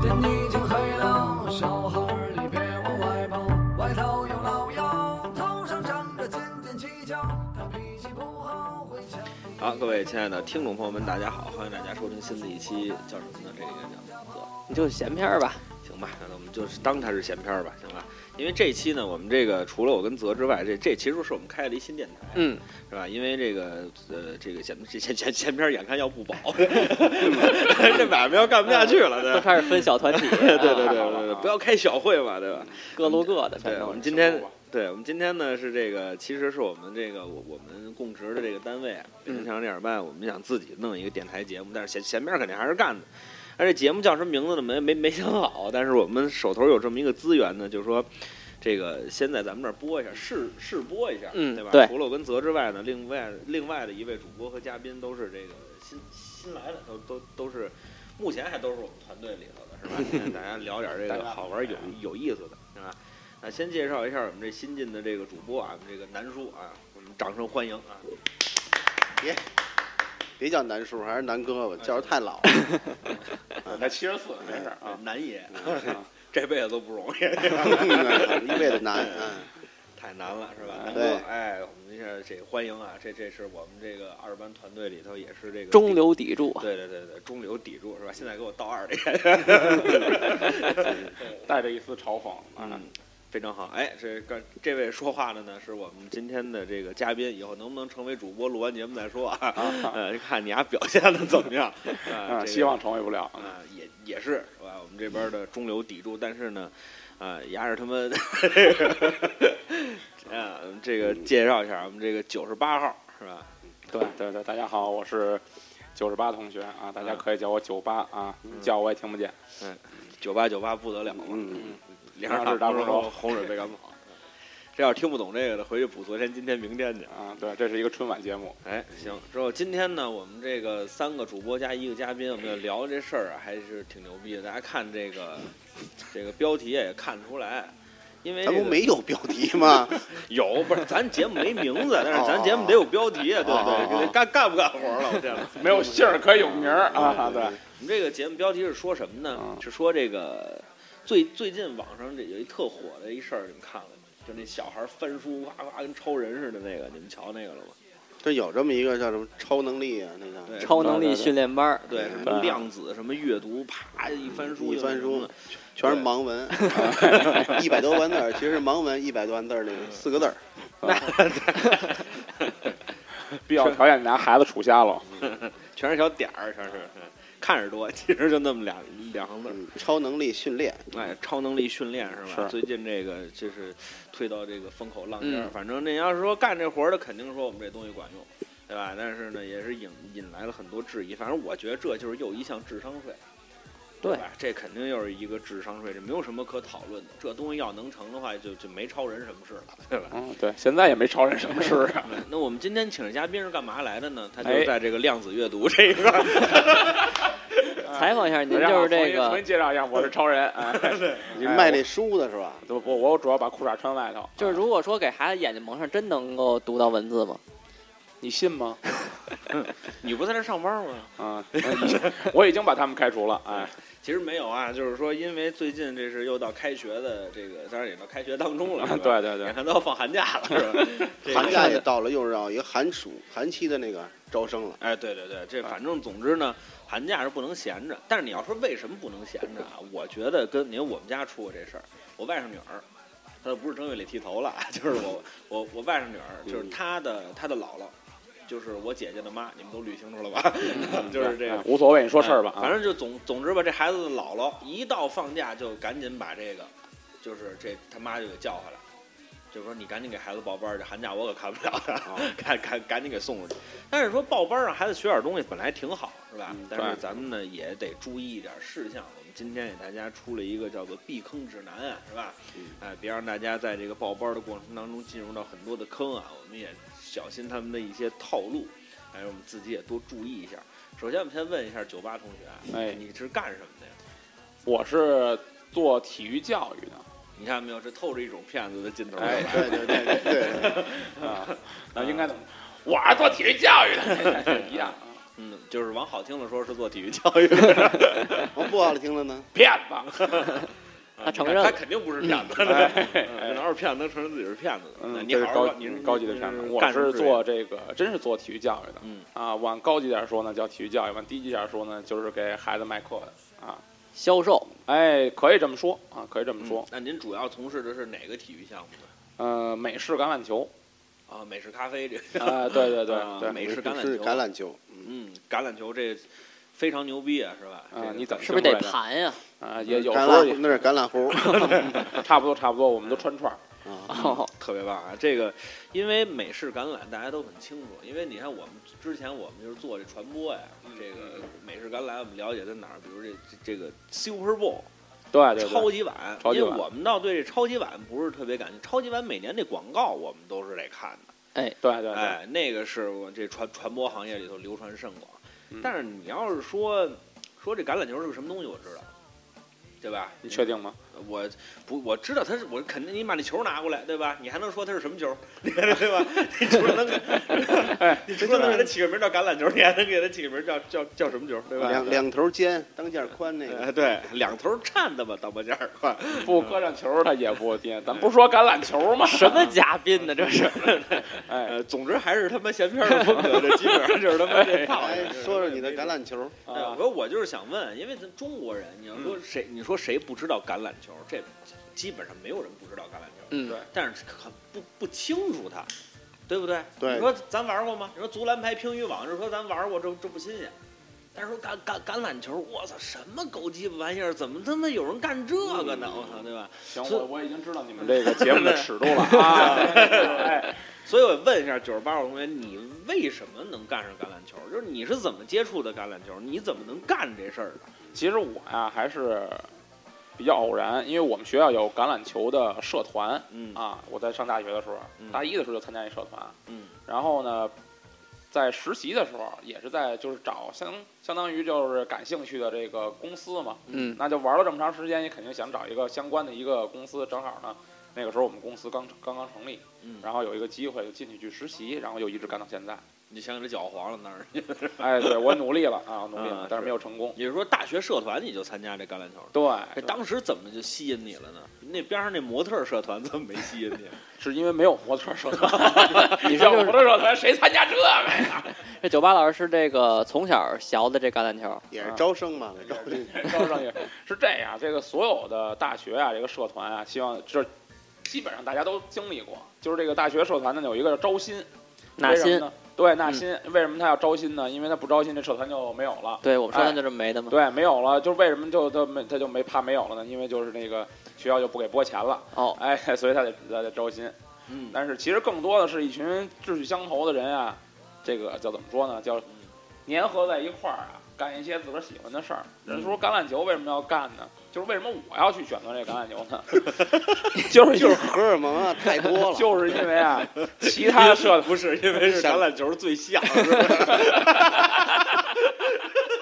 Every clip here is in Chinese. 天已经黑了，小孩儿你别往外跑，外头有老妖，头上长着尖尖犄角，他脾气不好会抢你。好，各位亲爱的听众朋友们，大家好，欢迎大家收听新的一期叫什么呢？这个叫做你就闲篇儿吧。行吧，那我们就是当它是闲篇儿吧，行吧？因为这期呢，我们这个除了我跟泽之外，这这其实是我们开了一新电台，嗯，是吧？因为这个呃，这个闲这闲闲闲篇儿眼看要不保， 这买卖要干不下去了，对都吧。开始分小团体。对对对对对对， 不要开小会嘛，对吧？各路各的，反对，正我们今天，对我们今天呢是这个，其实是我们这个我我们供职的这个单位，啊北京嗯相声电影办，我们想自己弄一个电台节目，但是前前面肯定还是干的。而这节目叫什么名字呢？没没没想好，但是我们手头有这么一个资源呢，就是说，这个先在咱们这儿播一下，试试播一下，嗯对吧？对除了我跟泽之外呢，另外另外的一位主播和嘉宾都是这个新新来的，都都都是目前还都是我们团队里头的，是吧？ 现在大家聊点这大个家好好玩哎有有意思的，是吧？那先介绍一下我们这新进的这个主播啊，我们这个南叔啊，我们掌声欢迎 啊！别叫南叔，还是南哥哎吧，叫着太老了。才七十四，没事儿啊。南爷， 这辈子都不容易，嗯一辈子难。哎嗯太难了，是吧？啊南对哥，哎，我们一下这欢迎啊，这这是我们这个二班团队里头也是这个中流砥柱啊。对对对对，中流砥柱是吧？现在给我倒二的， 带着一丝嘲讽啊嗯，，非常好。哎，这个这位说话的呢，是我们今天的这个嘉宾，以后能不能成为主播，录完节目再说 啊。呃，看你丫表现的怎么样啊？啊，这个 希望成为不了。啊，也也是是吧？我们这边的中流砥柱，但是呢，啊，牙是他们，啊，这个介绍一下，我们这个九十八号是吧？对对对，大家好，我是九十八同学啊，大家可以叫我九八啊，叫我也听不见。九八九八不得了了，嗯，脸上大不不说熟洪水被赶跑。嗯这要是听不懂这个的，回去补昨天、今天、明天去。啊，对，这是一个春晚节目，哎，行，之后今天呢，我们这个三个主播加一个嘉宾，我们要聊这事儿啊，还是挺牛逼的。大家看这个这个标题也看出来，因哎为、这咱个、不没有标题吗？有不是咱节目没名字，但是咱哦节目得有标题啊，对哦哦不对？哦干干不干活了？我天哪！没有姓儿可以有名儿啊。对，我们这个节目标题是说什么呢哦嗯？是说这个最最近网上这有一特火的一事儿，你们看了吗？就那小孩翻书哇哇跟超人似的那个，你们瞧那个了吗？这有这么一个叫什么超能力啊？那对个超能力训练班儿，对，什么对量子什么阅读，啪一翻书嗯一就那翻什么书 了，全是盲文， 一百多万字儿，其实是盲文一百多万字儿那个四个字儿。必要条件拿孩子处瞎了。全是小点儿，全是嗯看着多，其实就那么俩两行字儿。嗯超能力训练，哎，超能力训练是吧？是最近这个就是推到这个风口浪尖儿，嗯反正那要是说干这活儿的，肯定说我们这东西管用，对吧？但是呢，也是引引来了很多质疑。反正我觉得这就是又一项智商税，对对吧？这肯定又是一个智商税，这没有什么可讨论的。这东西要能成的话，就就没超人什么事了，对吧？嗯，对，现在也没超人什么事 儿啊。嗯那我们今天请的嘉宾是干嘛来的呢？他就哎是在这个量子阅读这一块儿， 采访一下您大家好就是这重新重个新，介绍一下，我是超人啊。哎你卖那书的是吧？我我我主要把裤衩穿外头，就是如果说给孩子眼睛蒙上，真能够读到文字吗？你信吗？你不在这上班吗？啊，我已经把他们开除了。哎，其实没有啊，就是说，因为最近这是又到开学的这个，当然也到开学当中了，是吧 对对对眼，看都要放寒假了，是 吧？这个啊寒假也到了，又让一个寒暑寒期的那个招生了。 哎，对对对，这反正总之呢，寒假是不能闲着。但是你要说为什么不能闲着啊？我觉得跟你看我们家出过这事儿，我外甥女儿，她不是正月里剃头了， 就是我我我外甥女儿，就是她的她的姥姥，就是我姐姐的妈，你们都捋清楚了吧？ 就是这个哎。无所谓，你说事儿吧。哎啊反正就总总之吧，这孩子的姥姥一到放假就赶紧把这个，就是这他妈就给叫回来，就说你赶紧给孩子报班儿去，寒假我可看不了啊 他，赶赶赶紧给送出去。但是说报班儿让孩子学点东西本来挺好，是吧？嗯但是对咱们呢也得注意一点事项。我们今天给大家出了一个叫做避坑指南啊，是吧？嗯哎，别让大家在这个报班儿的过程当中进入到很多的坑啊，我们也小心他们的一些套路，还有我们自己也多注意一下。首先，我们先问一下九八同学啊，哎你是干什么的呀？我是做体育教育的你看没有，这透着一种骗子的劲头儿。哎对对对对对，啊，那应该怎么？我是做体育教育的，一样啊，嗯，就是往好听了说是做体育教育， 我不好听了呢，骗子。他承认了啊他肯定不是骗子，嗯 嗯哎要是骗子能承认自己是骗子，那嗯，你这是好好高说，你是高级的骗子。你我干什么职是业做这个，真是做体育教育的。嗯啊，往高级点说呢，叫体育教育；往低级点说呢，就是给孩子卖课的啊。销售哎，可以这么说啊，可以这么嗯说。那您主要从事的是哪个体育项目呢？呃，美式橄榄球，啊，美式咖啡这个，啊，对对啊对对，美式橄榄是球橄榄球，嗯， 橄榄球这非常牛逼啊，是吧？这啊个，你怎么是不是听得出来的盘呀？啊？也有时橄候榄也湖那是橄榄湖 差不多差不多，我们都穿串儿。啊，哦，特别棒啊！这个，因为美式橄榄大家都很清楚，因为你看我们之前我们就是做这传播呀，嗯这个美式橄榄我们了解在哪儿？比如这这这个 Super Bowl 对对对超级碗，超级因为碗我们倒对这超级碗不是特别感兴趣。超级碗每年这广告我们都是得看的，对对对，哎，那个是我这传传播行业里头流传甚广。嗯但是你要是说说这橄榄球是个什么东西，我知道，对吧？你确定吗？我不，我知道他是，我肯定你把那球拿过来，对吧？你还能说他是什么球， 对吧？你除了 能 给，哎你除了能给他起个名叫橄榄球，你还能给他起个名叫叫叫什么球，对吧？两两头尖，当间宽 那个，哎对，两头颤的吧，当把件儿快。不搁上球他也不进，咱不说橄榄球吗？什么嘉宾呢？这是哎，呃，总之还是他妈闲片儿的风格，这基本上就是他妈这套。哎，说说你的橄榄球，对，我啊说我就是想问，因为咱中国人，你要说谁，你说谁不知道橄榄球？这基本上没有人不知道橄榄球。嗯对，但是可不不清楚它，对不对？对你说咱玩过吗？你说足篮排、乒乓网，是说咱玩过，这这不新鲜。但是说橄橄橄榄球，我操，什么狗鸡巴玩意儿？怎么他妈有人干这个呢？我操，对吧？行，是我我已经知道你们这个节目的尺度了 啊。哎，所以我问一下九十八号同学，你为什么能干上橄榄球？就是你是怎么接触的橄榄球？你怎么能干这事儿的？其实我呀、还是比较偶然，因为我们学校有橄榄球的社团嗯啊。我在上大学的时候嗯，大一的时候就参加一社团，嗯然后呢，在实习的时候也是在就是找相相当于就是感兴趣的这个公司嘛，嗯那就玩了这么长时间，也肯定想找一个相关的一个公司，正好呢。那个时候我们公司刚刚刚成立，嗯，然后有一个机会就进去去实习，然后就一直干到现在。你想想这脚黄了那 儿。哎，对我努力了啊，努力了啊，但是是没有成功。也就是说，大学社团你就参加这橄榄球了？对哎，，当时怎么就吸引你了呢？那边上那模特社团怎么没吸引 你？是因为没有模特社团，你像模特社团谁参加这个呀？这酒吧老师是这个从小学的这橄榄球，也是招生啊嘛，招招商也是这样，这个所有的大学啊，这个社团啊，希望这基本上大家都经历过，就是这个大学社团呢有一个叫招新，纳为什么新，呢？对，纳新、为什么他要招新呢？因为他不招新，这社团就没有了。对我们说哎的就这么没的嘛。对，没有了，就是为什么就他没他就没怕没有了呢？因为就是那个学校就不给拨钱了，哦，哎，所以他得他得招新。嗯，但是其实更多的是一群志趣相投的人啊，这个叫怎么说呢？叫粘合在一块儿啊，干一些自个儿喜欢的事儿。人说橄榄球为什么要干呢？就是为什么我要去选择这橄榄球呢？就是就是荷尔蒙 啊太多了，就是因为啊，其他社不是因为是橄榄球最像，是吧？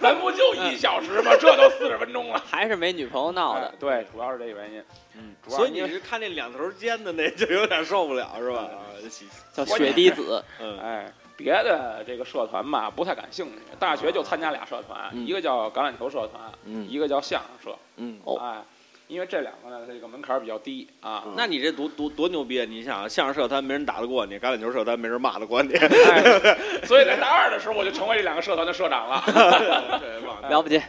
咱不就一小时吗？这都四十分钟了。还是没女朋友闹的哎。对，主要是这个原因。嗯主要所以你因为是看那两头尖的那就有点受不了，是吧？啊喜叫雪滴子，嗯哎，别的这个社团吧不太感兴趣。大学就参加俩社团，嗯一个叫橄榄球社团，嗯一个叫相声社。嗯。哦哎，因为这两个呢，这个门槛儿比较低啊。嗯那你这多多多牛逼啊！你想啊，相声社团没人打得过你，橄榄球社团没人骂得过你， 哎所以在大二的时候，我就成为这两个社团的社长 了。对吧？了不起，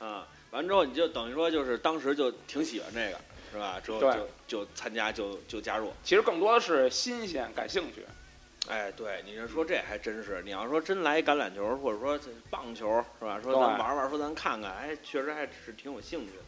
啊，完之后你就等于说就是当时就挺喜欢这个，是吧？之后对就就参加就就加入。其实更多的是新鲜、感兴趣。哎，对，你是说这还真是，你要说真来橄榄球或者说棒球是吧？说对咱玩玩，说咱看看，哎，确实还是挺有兴趣的。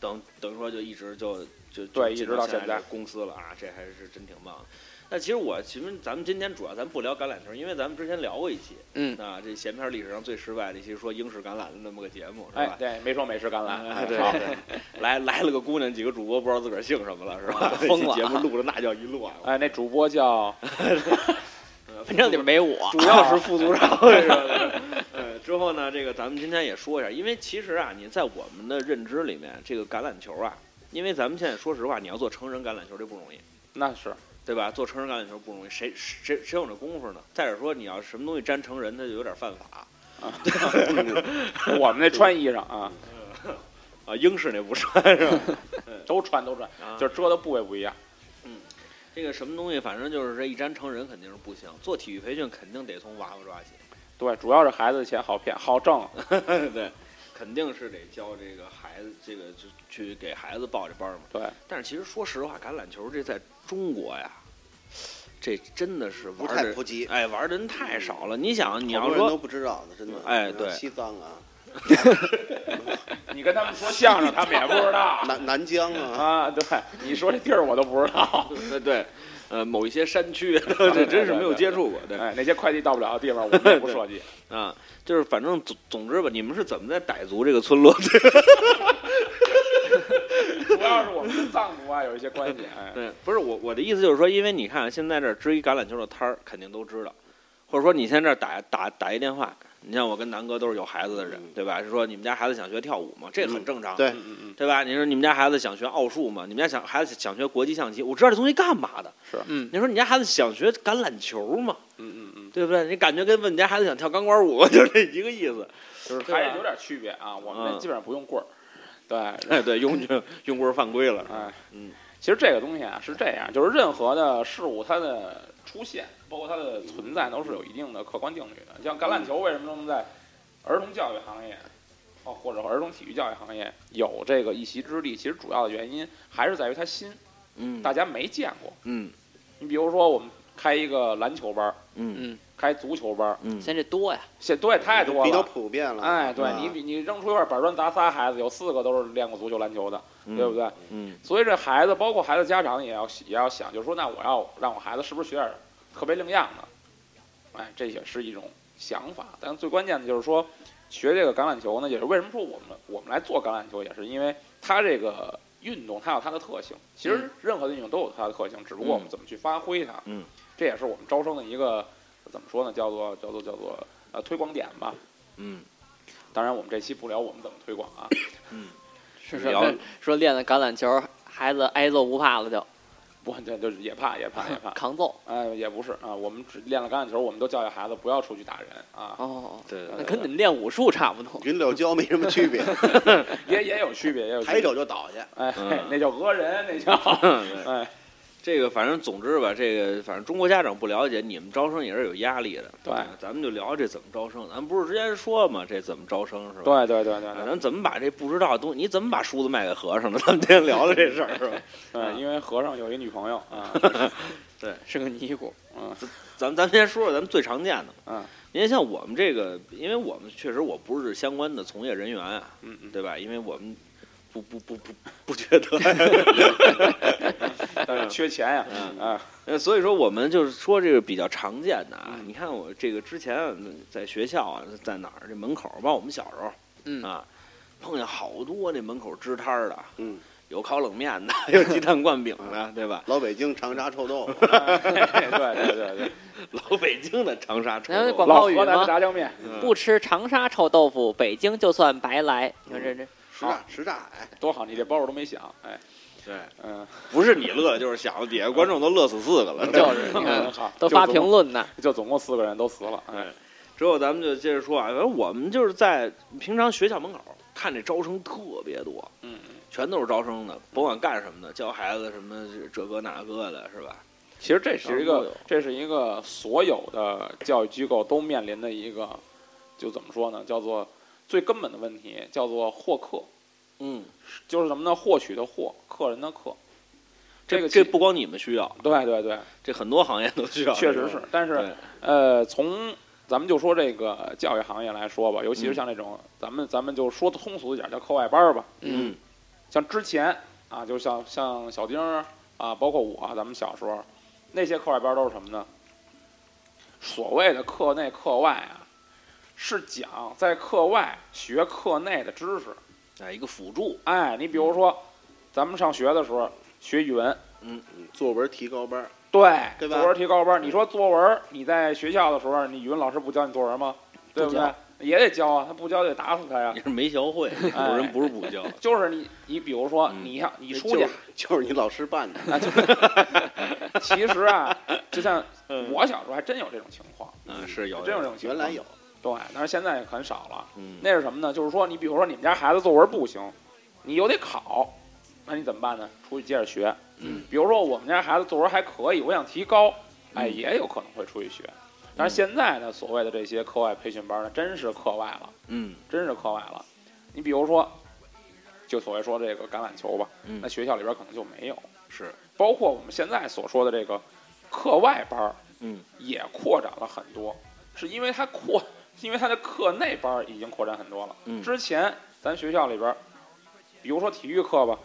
等等于说就一直就就就对进一直到现现这在个公司了啊，这还是真挺棒的。那其实我其实咱们今天主要咱不聊橄榄球，因为咱们之前聊过一期，嗯啊，这闲篇历史上最失败的一期说英式橄榄的那么个节目是哎吧，？对，没说美式橄榄。哎哎对好对， 来来了个姑娘，几个主播不知道自个儿姓什么了是吧？疯了这期节目录着那叫一啊乱，哎，那主播叫反反正里面没我主。要是副组长，是吧？呃，之后呢，这个咱们今天也说一下，因为其实啊，你在我们的认知里面，这个橄榄球啊，因为咱们现在说实话，你要做成人橄榄球这不容易，那 是对吧？做成人橄榄球不容易，谁谁谁有这功夫呢？再者说，你要什么东西沾成人，它就有点犯法我们那穿衣裳啊，啊。英式那不算是吧？都穿都穿， 啊就是遮的部位不一样。这个什么东西，反正就是这一沾成人肯定是不行。做体育培训肯定得从娃娃抓起，对，主要是孩子的钱好骗，好挣。对，肯定是得教这个孩子，这个就去给孩子报这班儿嘛。对，但是其实说实话，橄榄球这在中国呀，这真的是不玩太的普，及。哎，玩的人太少了。你想，你要好多人都说不知道的，真的。哎对西藏啊， 你跟他们说相声，他们也不知道南南疆啊，啊。对，你说这地儿我都不知道。对对，呃，某一些山区， 这真是没有接触过。对哎，那些快递到不了的地方，我们也不设 计。啊，就是反正总总之吧，你们是怎么在傣族这个村落？对主要是我们跟藏族啊有一些关系。哎，对，不是我我的意思就是说，因为你看啊现在这儿支一橄榄球的摊儿，肯定都知道，或者说你现在这儿打打打一电话，你像我跟南哥都是有孩子的人嗯，对吧？是说你们家孩子想学跳舞吗？这很嗯正常。对嗯嗯嗯，对吧？你说你们家孩子想学奥数吗？你们家想孩子想学国际象棋，我知道这东西干嘛的。嗯，你说你家孩子想学橄榄球吗？嗯嗯嗯，对不对？你感觉跟问你家孩子想跳钢管舞 就是这一个意思。就是还是有点区别啊。我们那基本上不用棍儿，对，哎，对，用用棍儿犯规了。哎，嗯，其实这个东西啊是这样，就是任何的事物它的出现，包括它的存在，都是有一定的客观定律的。像橄榄球为什么能在儿童教育行业，哦，或者儿童体育教育行业有这个一席之地？其实主要的原因还是在于它新，嗯大家没见过。嗯你比如说，我们开一个篮球班儿，嗯开足球班儿，嗯现在这多呀，现对太多了，比较普遍了。哎，对啊你比你扔出一块板砖砸仨孩子，有四个都是练过足球、篮球的，嗯对不对？嗯所以这孩子，包括孩子家长也要也要想，就是说，那我要让我孩子是不是学点特别另样的？哎，这也是一种想法。但最关键的就是说，学这个橄榄球呢，也是为什么说我们我们来做橄榄球，也是因为它这个运动它有它的特性。其实任何的运动都有它的特性，只不过我们怎么去发挥它。嗯，这也是我们招生的一个怎么说呢？叫做叫做叫做呃推广点吧。嗯，当然，我们这期不聊我们怎么推广啊。是你什要么？说练了橄榄球，孩子挨揍不怕了就不，这就是也怕也怕也怕。扛揍。哎，也不是啊，我们只练了橄榄球，我们都教育孩子不要出去打人啊，哦，对对那跟你们练武术差不 多。跟柳胶没什么 区别，也也有区别，也有抬区别。手就倒下。哎嗯，那叫讹人，那叫对哎，这个反正总之吧，这个反正中国家长不了解，你们招生也是有压力的。对咱们就聊这怎么招生，咱们不是之前说嘛，这怎么招生是吧？对对对对啊，对咱怎么把这不知道的东西，你怎么把梳子卖给和尚呢？ 咱们今天 聊聊这事儿是 吧？嗯，因为和尚有一女朋友啊，是个尼姑，嗯咱咱先说说咱们最常见的。嗯，您像我们这个，因为我们确实我不是相关的从业人员啊，嗯嗯，对吧？因为我们不不不不不觉得，但是缺 钱呀，嗯啊，呃所以说我们就是说这个比较常见的啊。嗯你看我这个之前啊在学校啊，在哪儿这门口儿，包括我们小时候，嗯啊，碰见好多那门口支摊儿的，嗯，有烤冷面的， 有鸡蛋灌饼的，对吧？老北京长沙臭 豆腐，对对对对，老北京的长沙臭然后那豆广腐老告语河南吗的炸酱面，嗯不吃长沙臭豆腐，北京就算白来。你说这这，什刹什刹海，多好，你这包袱都没响，哎，对，嗯，不是你乐，就是想底下观众都乐死四个了。就是你看嗯好，都就发总评，论 呢。就总共四个人都死了，哎哎， 之后咱们就接着说啊，反正我们就是在平常学校门口看这招生特别多，嗯嗯。全都是招生的，甭管干什么的，教孩子什么这个那个的，是吧？其实这是一然后有个，这是一个所有的教育机构都面临的一个，就怎么说呢，叫做最根本的问题，叫做获客，嗯，就是什么呢？获取的获，客人的客。这个这这不光你们需要，对对对，这很多行业都需要。确实是。，但是对，呃，从咱们就说这个教育行业来说吧，尤嗯其是像这种，咱们咱们就说通俗一点，叫课外班儿吧。嗯像之前啊，就像像小丁儿啊，包括我，咱们小时候那些课外班都是什么呢？所谓的课内课外啊，是讲在课外学课内的知识。哎，一个辅助，哎，你比如说，咱们上学的时候学语文，嗯作文提高班儿， 对，对吧作文提高班儿。你说作文，你在学校的时候，你语文老师不教你作文吗？对不不对教？也得教啊，他不教就得打死他呀你。是没教 会，哎有人不是不 教，就是你，你比如说，嗯你要你出就去是，就是你老师办的，其 实啊，就像嗯我小时候还真有这种情况，嗯，是有真有这种情原哦况。来有，对，但是现在很少了。嗯，那是什么呢？就是说，你比如说你们家孩子作文不行，你又得考，那你怎么办呢？出去接着学。嗯，比如说我们家孩子作文还可以，我想提高，哎，也有可能会出去学。但是现在呢，所谓的这些课外培训班呢，真是课外了，嗯真是课外了。你比如说，就所谓说这个橄榄球吧，嗯那，学校里边可能就没有。是，包括我们现在所说的这个课外班儿嗯也扩展了很多，是因为它扩，是因为它的课内班儿已经扩展很多了。嗯之前咱学校里边儿，比如说体育课吧，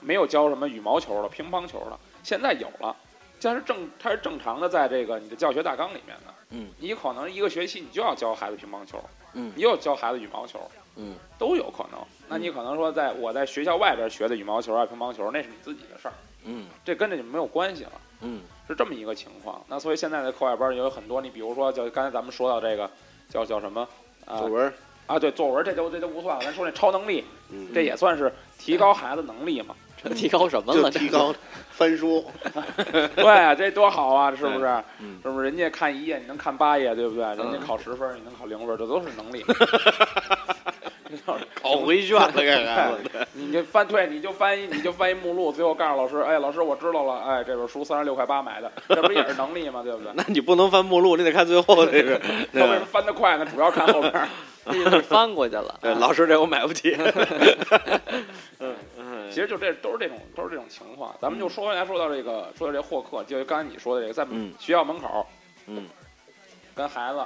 没有教什么羽毛球了、乒乓球了，现在有了。它是正，它是正常的，在这个你的教学大纲里面的。嗯，你可能一个学期你就要教孩子乒乓球，嗯你又教孩子羽毛球，嗯，都有可能。那你可能说在，我在学校外边儿学的羽毛球啊、乒乓球，那是你自己的事儿，嗯这跟这就没有关系了。嗯是这么一个情况。那所以现在的课外班也有很多，你比如说，就刚才咱们说到这个叫叫什么啊作文，啊，对，作文这就这就不算了。咱说那超能力，嗯，这也算是提高孩子能力嘛？这提高什么就了？提高翻书，对，这多好啊，这是不是？嗯是不是？人家看一页你能看八页，对不对？人家嗯考十分你能考零分，这都是能力。考回卷 了，看看，你这翻对，你就翻一，你就翻一目录，最后告诉老师，哎，老师我知道了，哎，这本书三十六块八买的，这不也是能力吗？对不对？那你不能翻目录，你得看最后那 个，那 对为什么吧翻得快呢？主要看后边儿。这翻过 去了。对老师这我买不 起， 嗯其嗯实就这都是这种都是这种情况。咱们就说回来，说到这个，说到这获课，就刚才你说的这个，在嗯学校门口嗯跟孩子，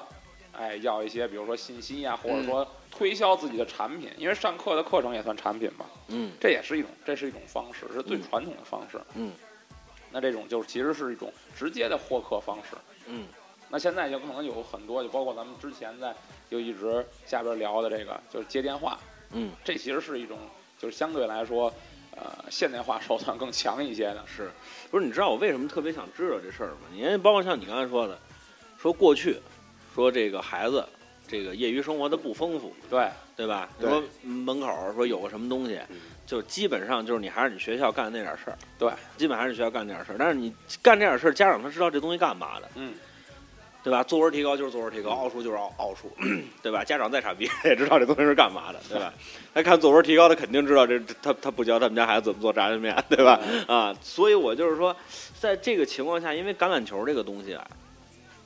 哎，要一些比如说信息啊呀、或嗯者说推销自己的产品，因为上课的课程也算产品嘛，嗯这也是一种这是一种方式，是最嗯传统的方式。嗯那这种就是其实是一种直接的获客方式。嗯那现在有可能有很多，就包括咱们之前在就一直下边聊的这个，就是接电话，嗯，这其实是一种就是相对来说，呃，现代化手段更强一些的。是，不是？你知道我为什么特别想知道这事儿吗？你看，包括像你刚才说的，说过去，说这个孩子这个业余生活的不丰富，对，对吧？对说门口儿说有个什么东西嗯，就基本上就是你还是你学校干的那点事儿，对，基本还是你学校干那点事儿。但是你干这点事儿，家长他知道这东西干嘛的，嗯，对吧？作文提高就是作文提高，奥数就是奥奥数， 对吧？家长再傻逼也知道这东西是干嘛的，对 吧？他看作文提高，他肯定知道这这他他不教他们家孩子怎么做炸酱面，对吧？啊，所以我就是说，在这个情况下，因为橄榄球这个东西啊，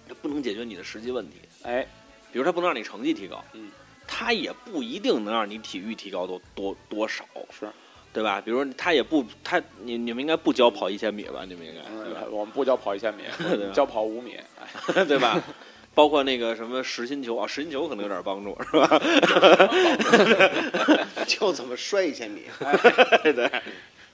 它不能解决你的实际问题，哎，比如它不能让你成绩提高，嗯，它也不一定能让你体育提高多多多少，是，对吧？比如说它也不它你你们应该不教跑一千米吧？你们应该对吧嗯，我们不教跑一千米，我对们吧 教跑五米。哎对吧？ 包括那个什么实心球啊，实心球可能有点帮助，是吧？就怎么摔一千米，对，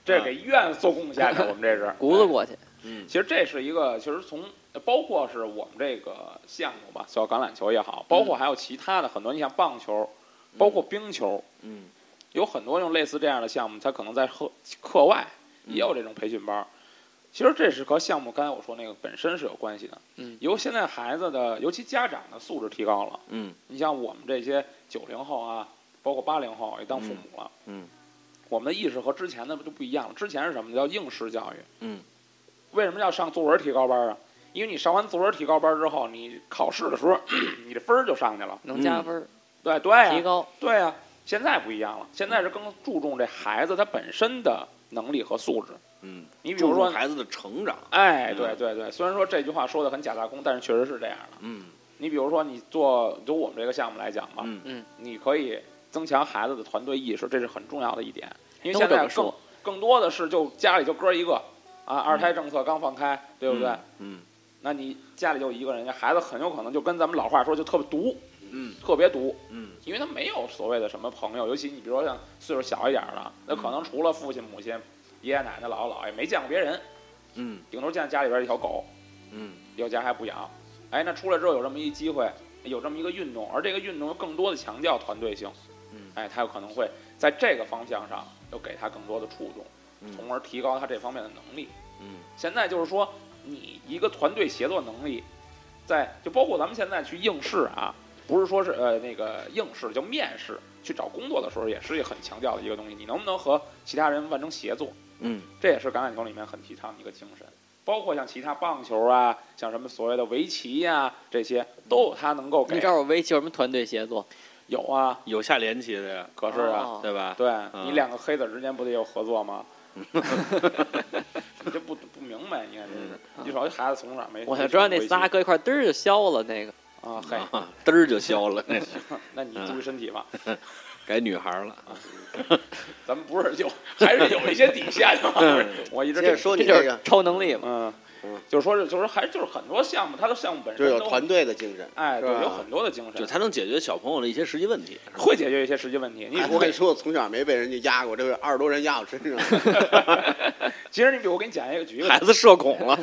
这啊给医院做贡献的，我们 这是轱辘。过去，嗯其实这是一个，其实从包括是我们这个项目吧，叫橄榄球也好，包括还有其他的很多，你像棒球，包括冰球，嗯有很多用类似这样的项目，它可能在课课外也有这种培训班儿。其实这是和项目刚才我说那个本身是有关系的。嗯，由现在孩子的，尤其家长的素质提高了。嗯你像我们这些九零后啊，包括八零后啊也当父母了，嗯我们的意识和之前的就不一样了。之前是什么叫应试教育？嗯，为什么要上作文提高班啊？因为你上完作文提高班之后，你考试的时候，你的分儿就 上去了。能加分儿，对对哎呀、提高。对呀、现在不一样了，现在是更注重这孩子他本身的能力和素质。嗯，你比注如重说，孩子的成长，哎，嗯对对对，虽然说这句话说的很假大空，但是确实是这样的。嗯你比如说，你做就我们这个项目来讲嘛，嗯你可以增强孩子的团队意识，这是很重要的一点。因为都现这在么更说嗯更多的是就家里就哥一个啊，二胎政策刚放开，对不对？？嗯那你家里就一个人，孩子很有可能就跟咱们老话说就特别毒，嗯特别毒，嗯因为他没有所谓的什么朋友，尤其你比如说像岁数小一点儿的，那可能除了父亲、母亲、爷爷奶奶、姥姥姥爷，没见过别人，嗯顶多见家里边儿一条狗，嗯有家还不养。哎，那出来之后有这么一机会，有这么一个运动，而这个运动更多的强调团队性，嗯哎，他有可能会在这个方向上又给他更多的触动，嗯从而提高他这方面的能力。嗯现在就是说，你一个团队协作能力，在就包括咱们现在去应试啊，不是说是呃那个应试，就面试去找工作的时候也是很强调的一个东西，你能不能和其他人完成协作，嗯，这也是橄榄球里面很提倡的一个精神。包括像其他棒球啊，像什么所谓的围棋呀、这些都有它能够你给告诉我围棋有什么团队协作？有啊，有下连棋的呀，可是啊，哦对吧？对嗯你两个黑子之间不得有合作吗？ 你这不不明白，你看真是，你说这孩子从小没我就知道那仨个搁一块儿嘚儿就消了那个。啊，嘿，啊， 嘚儿就消了，那那你注意身体吧。改女孩了。咱们不是就还是有一些底线的嘛。我一直接这着，说这你就这是个，超能力嘛。嗯，就是说是，就是还就是很多项目，它的项目本就是身有都团队的精神。哎，对，是吧有很多的精就神，才能解决小朋友的一些实际问题。会解决一些实际问题。你哎我我给跟你说，我从小没被人家压过，这是二十多人压我身上。其实你比如我给你讲一个，举一个 孩子社恐了，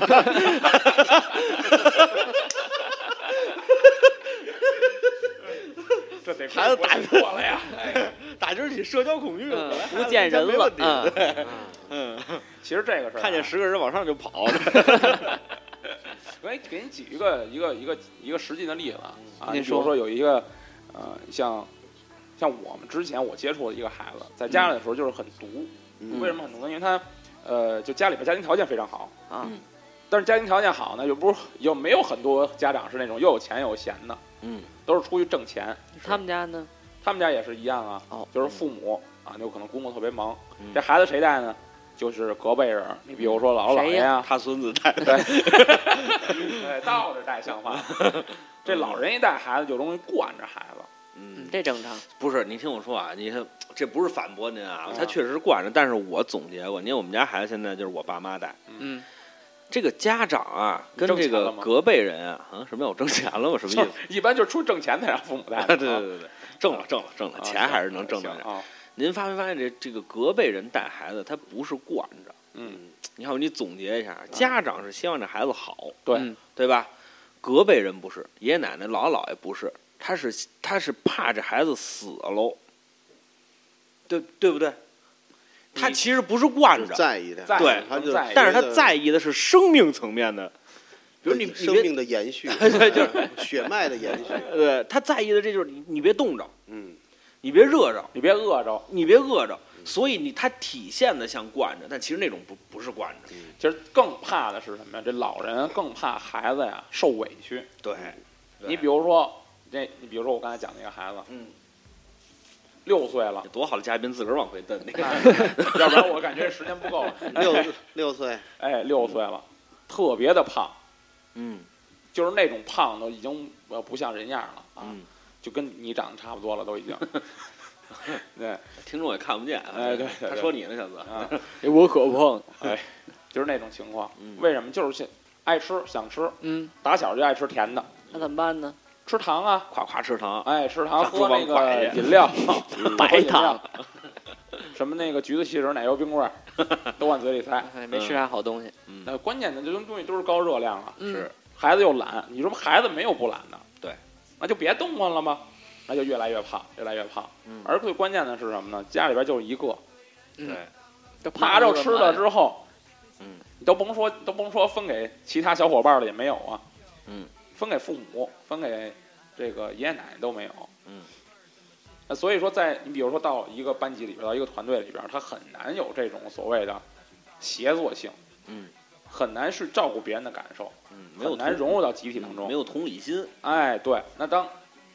这得孩子打错了呀。哎打就是你社交恐惧嗯，不见人了，嗯，嗯，其实这个事儿啊看见十个人往上就跑。 我给给你举一个一个一个一个实际的例子啊，您你比如说说有一个，呃，像像我们之前我接触的一个孩子，在家里的时候就是很独，嗯为什么很独呢？因为他，呃，就家里边家庭条件非常好啊嗯但是家庭条件好呢，又不是又没有很多家长是那种又有钱又有闲的，嗯，都是出去挣钱。他们家呢？他们家也是一样啊，哦就是父母啊，有可能工作特别忙，嗯这孩子谁带呢？就是隔辈人，你比如说姥姥姥谁爷呀啊，他孙子带的，对，倒着带像 话。这老人一带孩子就容易惯着孩子，嗯嗯，，这正常。不是，您听我说啊，你看这不是反驳您啊啊，他确实是惯着，但是我总结过，您我们家孩子现在就是我爸妈带。嗯，这个家长啊，跟挣这钱了个吗隔辈人啊，啊，什么叫我挣钱啊了吗？什么就意思？是一般就是出挣钱才让父母带的 对对对对，挣了挣了挣了，啊钱还是能挣行到点。啊。您发没发现这这个隔辈人带孩子，他不是惯着。嗯，你看，你总结一下，啊家长是希望这孩子好，对嗯，对吧？隔辈人不是，爷爷奶奶、姥姥姥爷不是，他是他是怕这孩子死喽，对对不对？他你其实不是惯着，在意的，在对他就在意但是他觉得在意的是生命层面的，比如你你生别命的延续，嗯就是血脉的延续。呃，他在意的这就是你你别冻着，嗯，你别热着，你别饿着。你别饿着。所以你他体现的像惯着，但其实那种不不是惯着，其实更怕的是什么呀？这老人啊更怕孩子呀受委屈。对。对你比如说，这你比如说我刚才讲那个孩子嗯，六 岁了，多好的嘉宾自个儿往回蹬那个，要不然我感觉时间不够了。 六六岁，哎，六岁了，特别的胖，嗯就是那种胖的已经呃不像人样了啊，嗯，就跟你长得差不多了，都 已经。对听众也看不见啊，哎对对他说你呢，小子，啊，哎哎我可碰。就是那种情况。嗯为什么？就是现爱吃，想吃，嗯，打小就爱吃甜的，那怎么办呢？吃糖啊，夸夸吃 糖，哎，吃糖上喝厨房那快个一点饮料，喝 白饮料糖， 什么那个橘子汽水、奶油冰棍儿， 都往嘴里塞。哎没吃啥好东西。嗯，那关键的这种东西都是高热量啊，嗯是，孩子又懒，你说孩子没有不懒的，对，那就别动弹了吗？那就越来越胖，越来越胖。嗯而最关键的是什么呢？家里边就一个，嗯对，这拿怕着吃了了，之后，嗯，你都甭说都甭说分给其他小伙伴了，也没有啊，嗯，分给父母，分给这个爷爷奶奶都没有，嗯，那所以说在你比如说到一个班级里边，到一个团队里边，他很难有这种所谓的协作性，嗯很难去照顾别人的感受，嗯，没有很难同融入到集体当中没。有同理心，哎，对，那当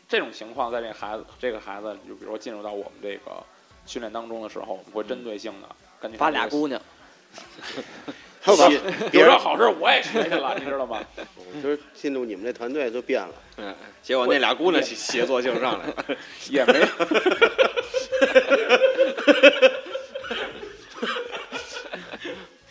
这种情况在这孩子这个孩子，就比如说进入到我们这个训练当中的时候，我们会嗯针对性的根据他发这俩个姑娘，好吧， 有这好事我也学去了，你知道吗？就是进入你们这团队就变了。嗯，结果那俩姑娘协协作性上来 了，也没。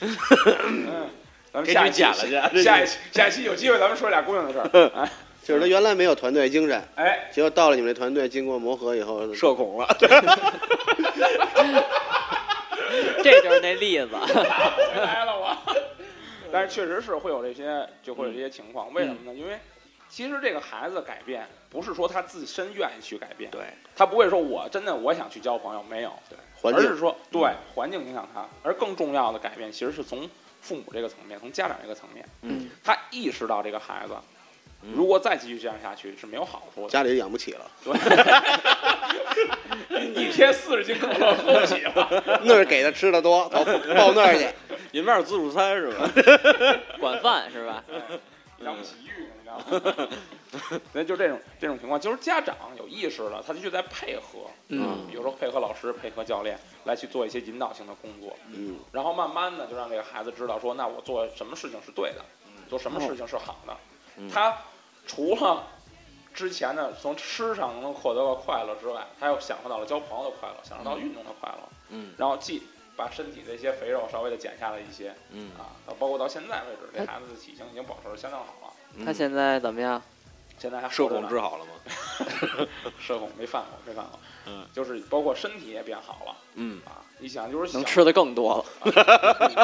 嗯，咱们给下你一期剪了去啊这下就一期下一期有机会咱们说俩姑娘的事儿。 哎就是他原来没有团队精神，哎，结果到了你们这团队，经过磨合以后，社恐了， 这就是那例子。回来了我。但是确实是会有这些，就会有这些情况。为什么呢？因为其实这个孩子的改变不是说他自身愿意去改变，对，他不会说我真的我想去交朋友，没有，环而境是说对环境影响他。而更重要的改变其实是从父母这个层面，从家长这个层面。嗯他意识到这个孩子嗯如果再继续这样下去是没有好处的。家里养不起了，一天四十斤可乐嗯喝不起了，那儿给他吃的多，到到那儿去， 你们那儿有自助餐是吧？管饭是吧？养不起玉，你知道吗？ 那就这种这种情况，就是家长有意识了，他就在配合，嗯比如说配合老师、配合教练来去做一些引导性的工作，嗯，然后慢慢的就让这个孩子知道说，那我做什么事情是对的，做什么事情是好的。嗯他除了之前的从吃上能获得的快乐之外，他又享受到了交朋友的快乐，享受到运动的快乐，嗯然后既把身体的一些肥肉稍微的减下了一些 嗯，啊，到包括到现在为止，这孩子的体型已经保持的相当好了。嗯他现在怎么样？现在还社活着恐呢治好了吗？社恐没犯过，没犯过，嗯，就是包括身体也变好了嗯啊。你想就是想能吃的更多了。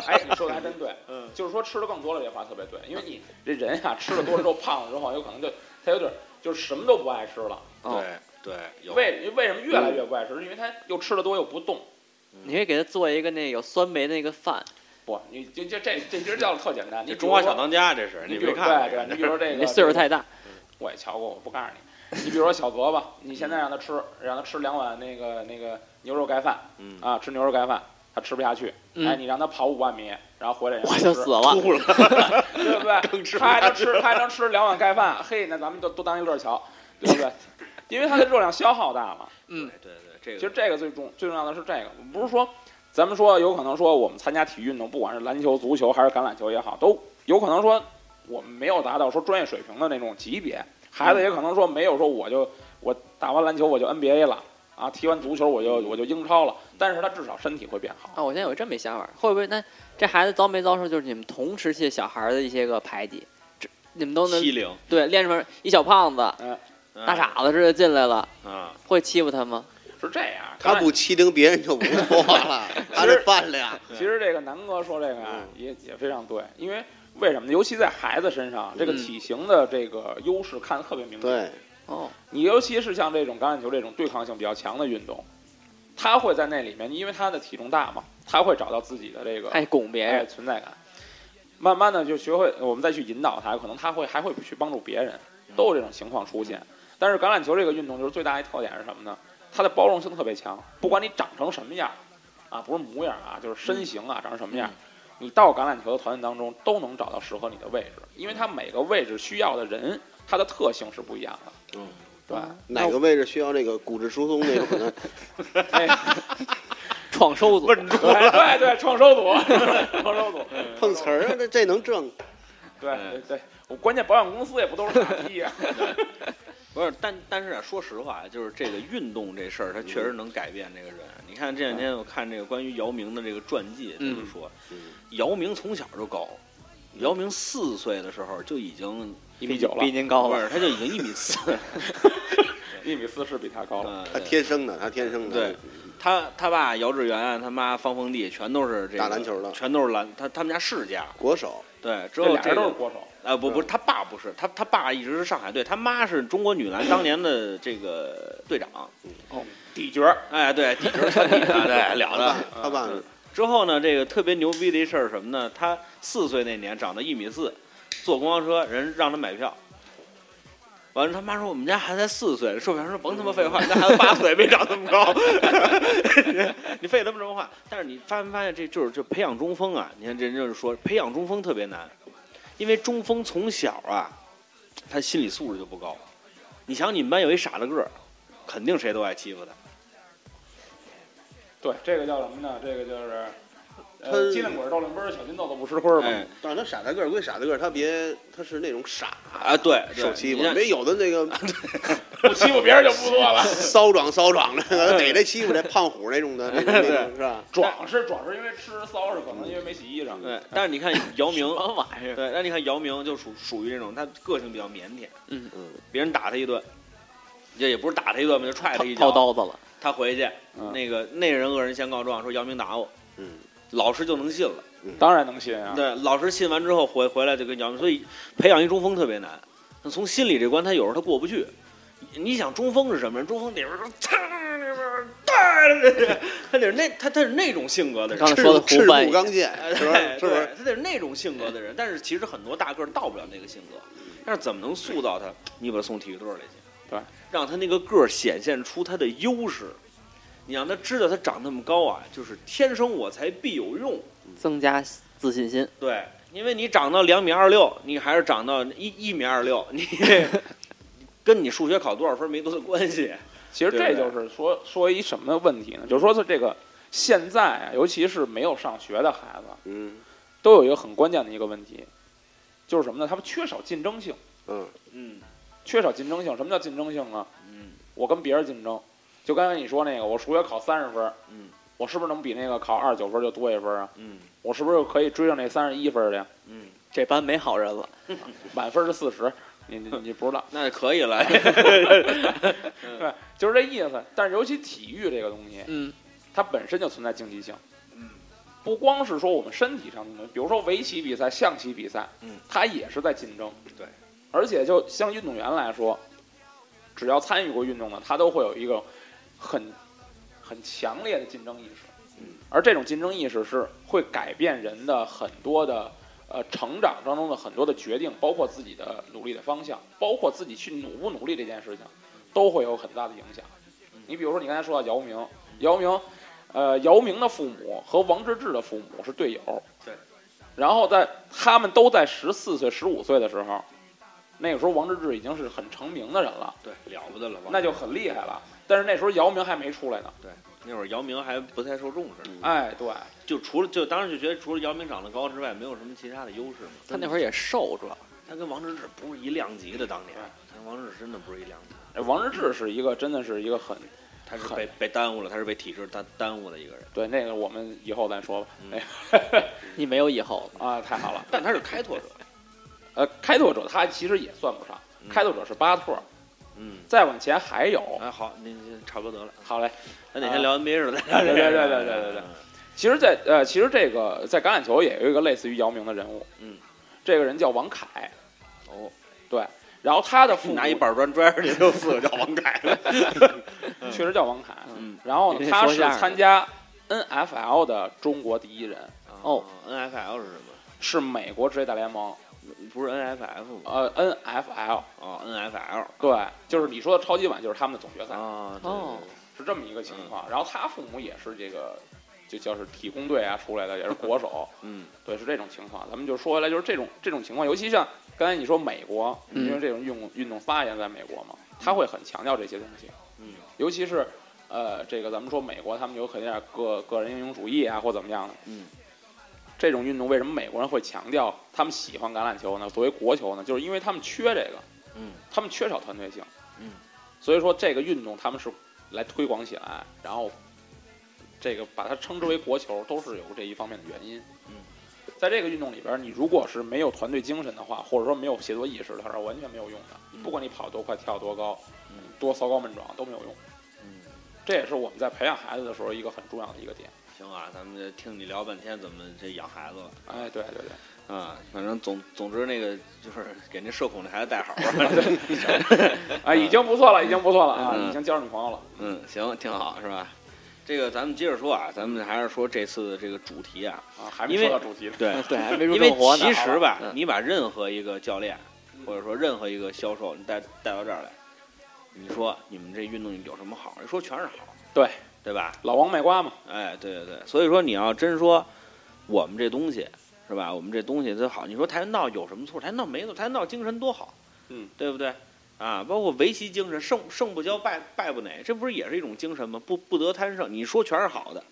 哎，你说的还真对，嗯就是说吃的更多了这话特别对，因为你这人呀、吃的多了之后胖了之后，有可能就他有点就是什么都不爱吃了。哦，对对，有为为什么越来越不爱吃？是因为他又吃的多又不动。你可以给他做一个那个酸梅那个饭，不，你就就这这其实叫的特简单。你这比中如华说小，当家这是你比没如看对对，你比如说这你个这岁数太大，我也瞧过，我不告诉你。你比如说小泽吧，你现在让他吃，让他吃两碗那个那个牛肉盖饭嗯啊，吃牛肉盖饭，他吃不下去。嗯哎，你让他跑五万米，然后回来让他我吃就死了。吐了，对 不对？吃不他还下能吃，他还能吃两碗盖饭，嘿，那咱们就都当一乐瞧，对不对？因为它的热量消耗大了。嗯，对对，这个其实这个最重最重要的是这个，不是说咱们说有可能说我们参加体育运动，不管是篮球、足球还是橄榄球也好，都有可能说我们没有达到说专业水平的那种级别，孩子也可能说没有说我就我打完篮球我就 NBA 了啊，踢完足球我就我就英超了，但是他至少身体会变好。啊，我现在有这么一想法，会不会那这孩子遭没遭受就是你们同时期的小孩儿的一些个排挤？这你们都能欺凌对练出来一小胖子、大大傻子似的进来了，啊，会欺负他吗？是这样，他刚才不欺凌别人就不错 了，他这饭量，对其实这个南哥说这个啊嗯，也也非常对，因为为什么呢？尤其在孩子身上，这个嗯体型的这个优势看得特别明显。对，哦，你尤其是像这种橄榄球这种对抗性比较强的运动，他会在那里面，因为他的体重大嘛，他会找到自己的这个爱拱别哎人，存在感。慢慢的就学会，我们再去引导他，可能他会还会去帮助别人，都有这种情况出现。但是橄榄球这个运动就是最大一特点是什么呢？它的包容性特别强，不管你长成什么样，啊，不是模样啊，就是身形啊，长成什么样，你到橄榄球的团队当中都能找到适合你的位置，因为它每个位置需要的人，它的特性是不一样的。嗯，对，哪个位置需要这个骨质疏松那个可能，哎创收组，对对对，创收组，创收组，碰瓷 儿啊，这这能挣，对对对，我关键保险公司也不都是傻逼啊。不是，但但是啊，说实话，就是这个运动这事儿，它确实嗯能改变这个人。你看这两天我看这个关于姚明的这个传记，他就嗯说嗯姚明从小就高，姚明四岁的时候就已经一米九了比，您高不了。是，他就已经一米四。一米四是比他高了。嗯他天生的，他天生的对，他他爸姚志源，他妈方凤娣，全都是这个打篮球的全都是篮，他他们家世家。国手，对，之这后俩这人都个是国手，啊，不不是，他爸不是，他他爸一直是上海队，他妈是中国女篮当年的这个队长。底角儿哎，对，底子穿底啊，对，了他的爸。他爸嗯之后呢，这个特别牛逼的一事儿是什么呢？他四岁那年长到一米四，坐公交车，人让他买票。完了，他妈说我们家孩子才四岁，售票员说甭他妈废话，你家孩子八岁没长这么高， 你废他妈什么话？但是你发没发现这就是就培养中锋啊？你看这人就是说培养中锋特别难，因为中锋从小啊，他心理素质就不高。你想你们班有一傻大个儿，肯定谁都爱欺负他。对，这个叫什么呢？这个就是，呃，他鸡蛋滚儿豆烂杯儿，小金豆子不吃亏儿哎嘛。但是他傻大个儿归傻大个儿，他别他是那种傻啊，对，对受欺你负像，没有的那个 不欺负别人就不 错了。骚壮骚壮的，逮着欺负这胖虎那种的，那种那种是 吧？壮是壮是因为吃骚是可能因为没洗衣裳。对， 但是你看姚明什，么玩意儿？对，但你看姚明就属属于这种，他个性比较腼腆，嗯嗯，别人打他一顿，也也不是打他一顿吧，就踹他一掏脚，刀子了，他回去，嗯那个那人恶人先告状，说姚明打我，嗯，老师就能信了，当然能嗯信啊。对，老师信完之后回回来就跟姚明，所以培养一中锋特别难，那从心理这关他有时候他过不去。你想中锋是什 么人？中锋里边儿，他得是那他他是那种性格的人，刚才说的赤胡木翻译刚健哎是不是？对是不对是？他得是那种性格的人，但是其实很多大个儿到不了那个性格，但是怎么能塑造他？你把他送体育队儿里去，对，让他那个个儿显现出他的优势。你让他知道他长那么高啊，就是天生我材必有用。增加自信心。对，因为你长到两米二六，你还是长到一一米二六， 你跟你数学考多少分没多大关系。其实这对就不是说说一什么问题呢？就是说是这个现在啊，尤其是没有上学的孩子，嗯都有一个很关键的一个问题，就是什么呢？他们缺少竞争性，嗯嗯缺少竞争性。什么叫竞争性呢？啊嗯我跟别人竞争，就刚才你说那个，我数学考三十分，嗯我是不是能比那个考二十九分就多一分啊？嗯我是不是可以追上那三十一分去？嗯，这班没好人了，满分是四十，你你你不知道，那就可以了。对，就是这意思。但是尤其体育这个东西，嗯，它本身就存在竞技性，嗯不光是说我们身体上的东西，比如说围棋比赛、象棋比赛，嗯，它也是在竞争。对，而且就像运动员来说，只要参与过运动的，他都会有一个很很强烈的竞争意识。嗯，而这种竞争意识是会改变人的很多的呃成长当中的很多的决定，包括自己的努力的方向，包括自己去努不努力这件事情，都会有很大的影响嗯。你比如说，你刚才说到姚明，姚明，呃，姚明的父母和王治郅的父母是队友，对。然后在他们都在十四岁、十五岁的时候，那个时候王治郅已经是很成名的人了， 对，了不得了吧？那就很厉害了。但是那时候姚明还没出来呢。那会儿姚明还不太受重视，哎，对，就除了就当时就觉得除了姚明长得高之外，没有什么其他的优势嘛。他那会儿也瘦，主要他跟王治郅不是一量级的，当年对他跟王治郅真的不是一量级，王治郅是一个真的是一个很他是被被耽误了，他是被体制耽耽误的一个人。对那个我们以后再说吧。嗯那你没有以后了。个啊，太好了。但他是开拓者，呃，开拓者他其实也算不上，嗯开拓者是巴特，嗯，再往前还有。哎，好，那那差不多得了。好嘞，咱哪天聊 NBA 似的，啊对对对对对对嗯对其实在，呃，其实这个在橄榄球也有一个类似于姚明的人物，嗯，这个人叫王凯，哦，对，然后他的嗯，父母拿一板砖拽上去就四个叫王凯了。确实叫王凯，嗯，然后你呢，得他说是相声参加 NFL 的中国第一人，哦，NFL 是什么？是美国职业大联盟，不是 NFF 吗？呃，NFL，哦，NFL 对，就是你说的超级碗，就是他们的总决赛，啊，对哦，是这么一个情嗯况。然后他父母也是这个，就叫是体工队啊出来的，也是国手，嗯对，是这种情况。咱们就说回来，就是这种这种情况，尤其像刚才你说美国，嗯因为这种运动运动发源在美国嘛，他会很强调这些东西，嗯尤其是呃，这个咱们说美国，他们有肯定点个个人英雄主义啊，或怎么样的。嗯这种运动为什么美国人会强调他们喜欢橄榄球呢？作为国球呢，就是因为他们缺这个，嗯他们缺少团队性。嗯，所以说这个运动他们是来推广起来，然后这个把它称之为国球，都是有这一方面的原因。嗯，在这个运动里边，你如果是没有团队精神的话，或者说没有协作意识的话，是完全没有用的。嗯不管你跑多快、跳多高、嗯多骚高闷壮都没有用。嗯。这也是我们在培养孩子的时候一个很重要的一个点。行啊，咱们这听你聊半天怎么这养孩子了哎，对对对。啊，反正总总之那个就是给那社恐那孩子带好啊。 啊，已经不错了，已经不错了啊，嗯已经交上女朋友了。嗯，行，挺好，是吧？这个咱们接着说啊，咱们还是说这次的这个主题啊，啊，还没因为说到主题呢。对，对，还没入因为正活呢。其实吧，嗯你把任何一个教练或者说任何一个销售，你带带到这儿来，你说你们这运动有什么好？说全是好，对对吧？老王卖瓜嘛，哎，对对对，所以说你要真说我们这东西是吧？我们这东西最好，你说跆拳道有什么错？跆拳道没错，跆拳道精神多好，嗯，对不对？啊，包括围棋精神，胜胜不骄，败败不馁，这不是也是一种精神吗？不不得贪胜，你说全是好的，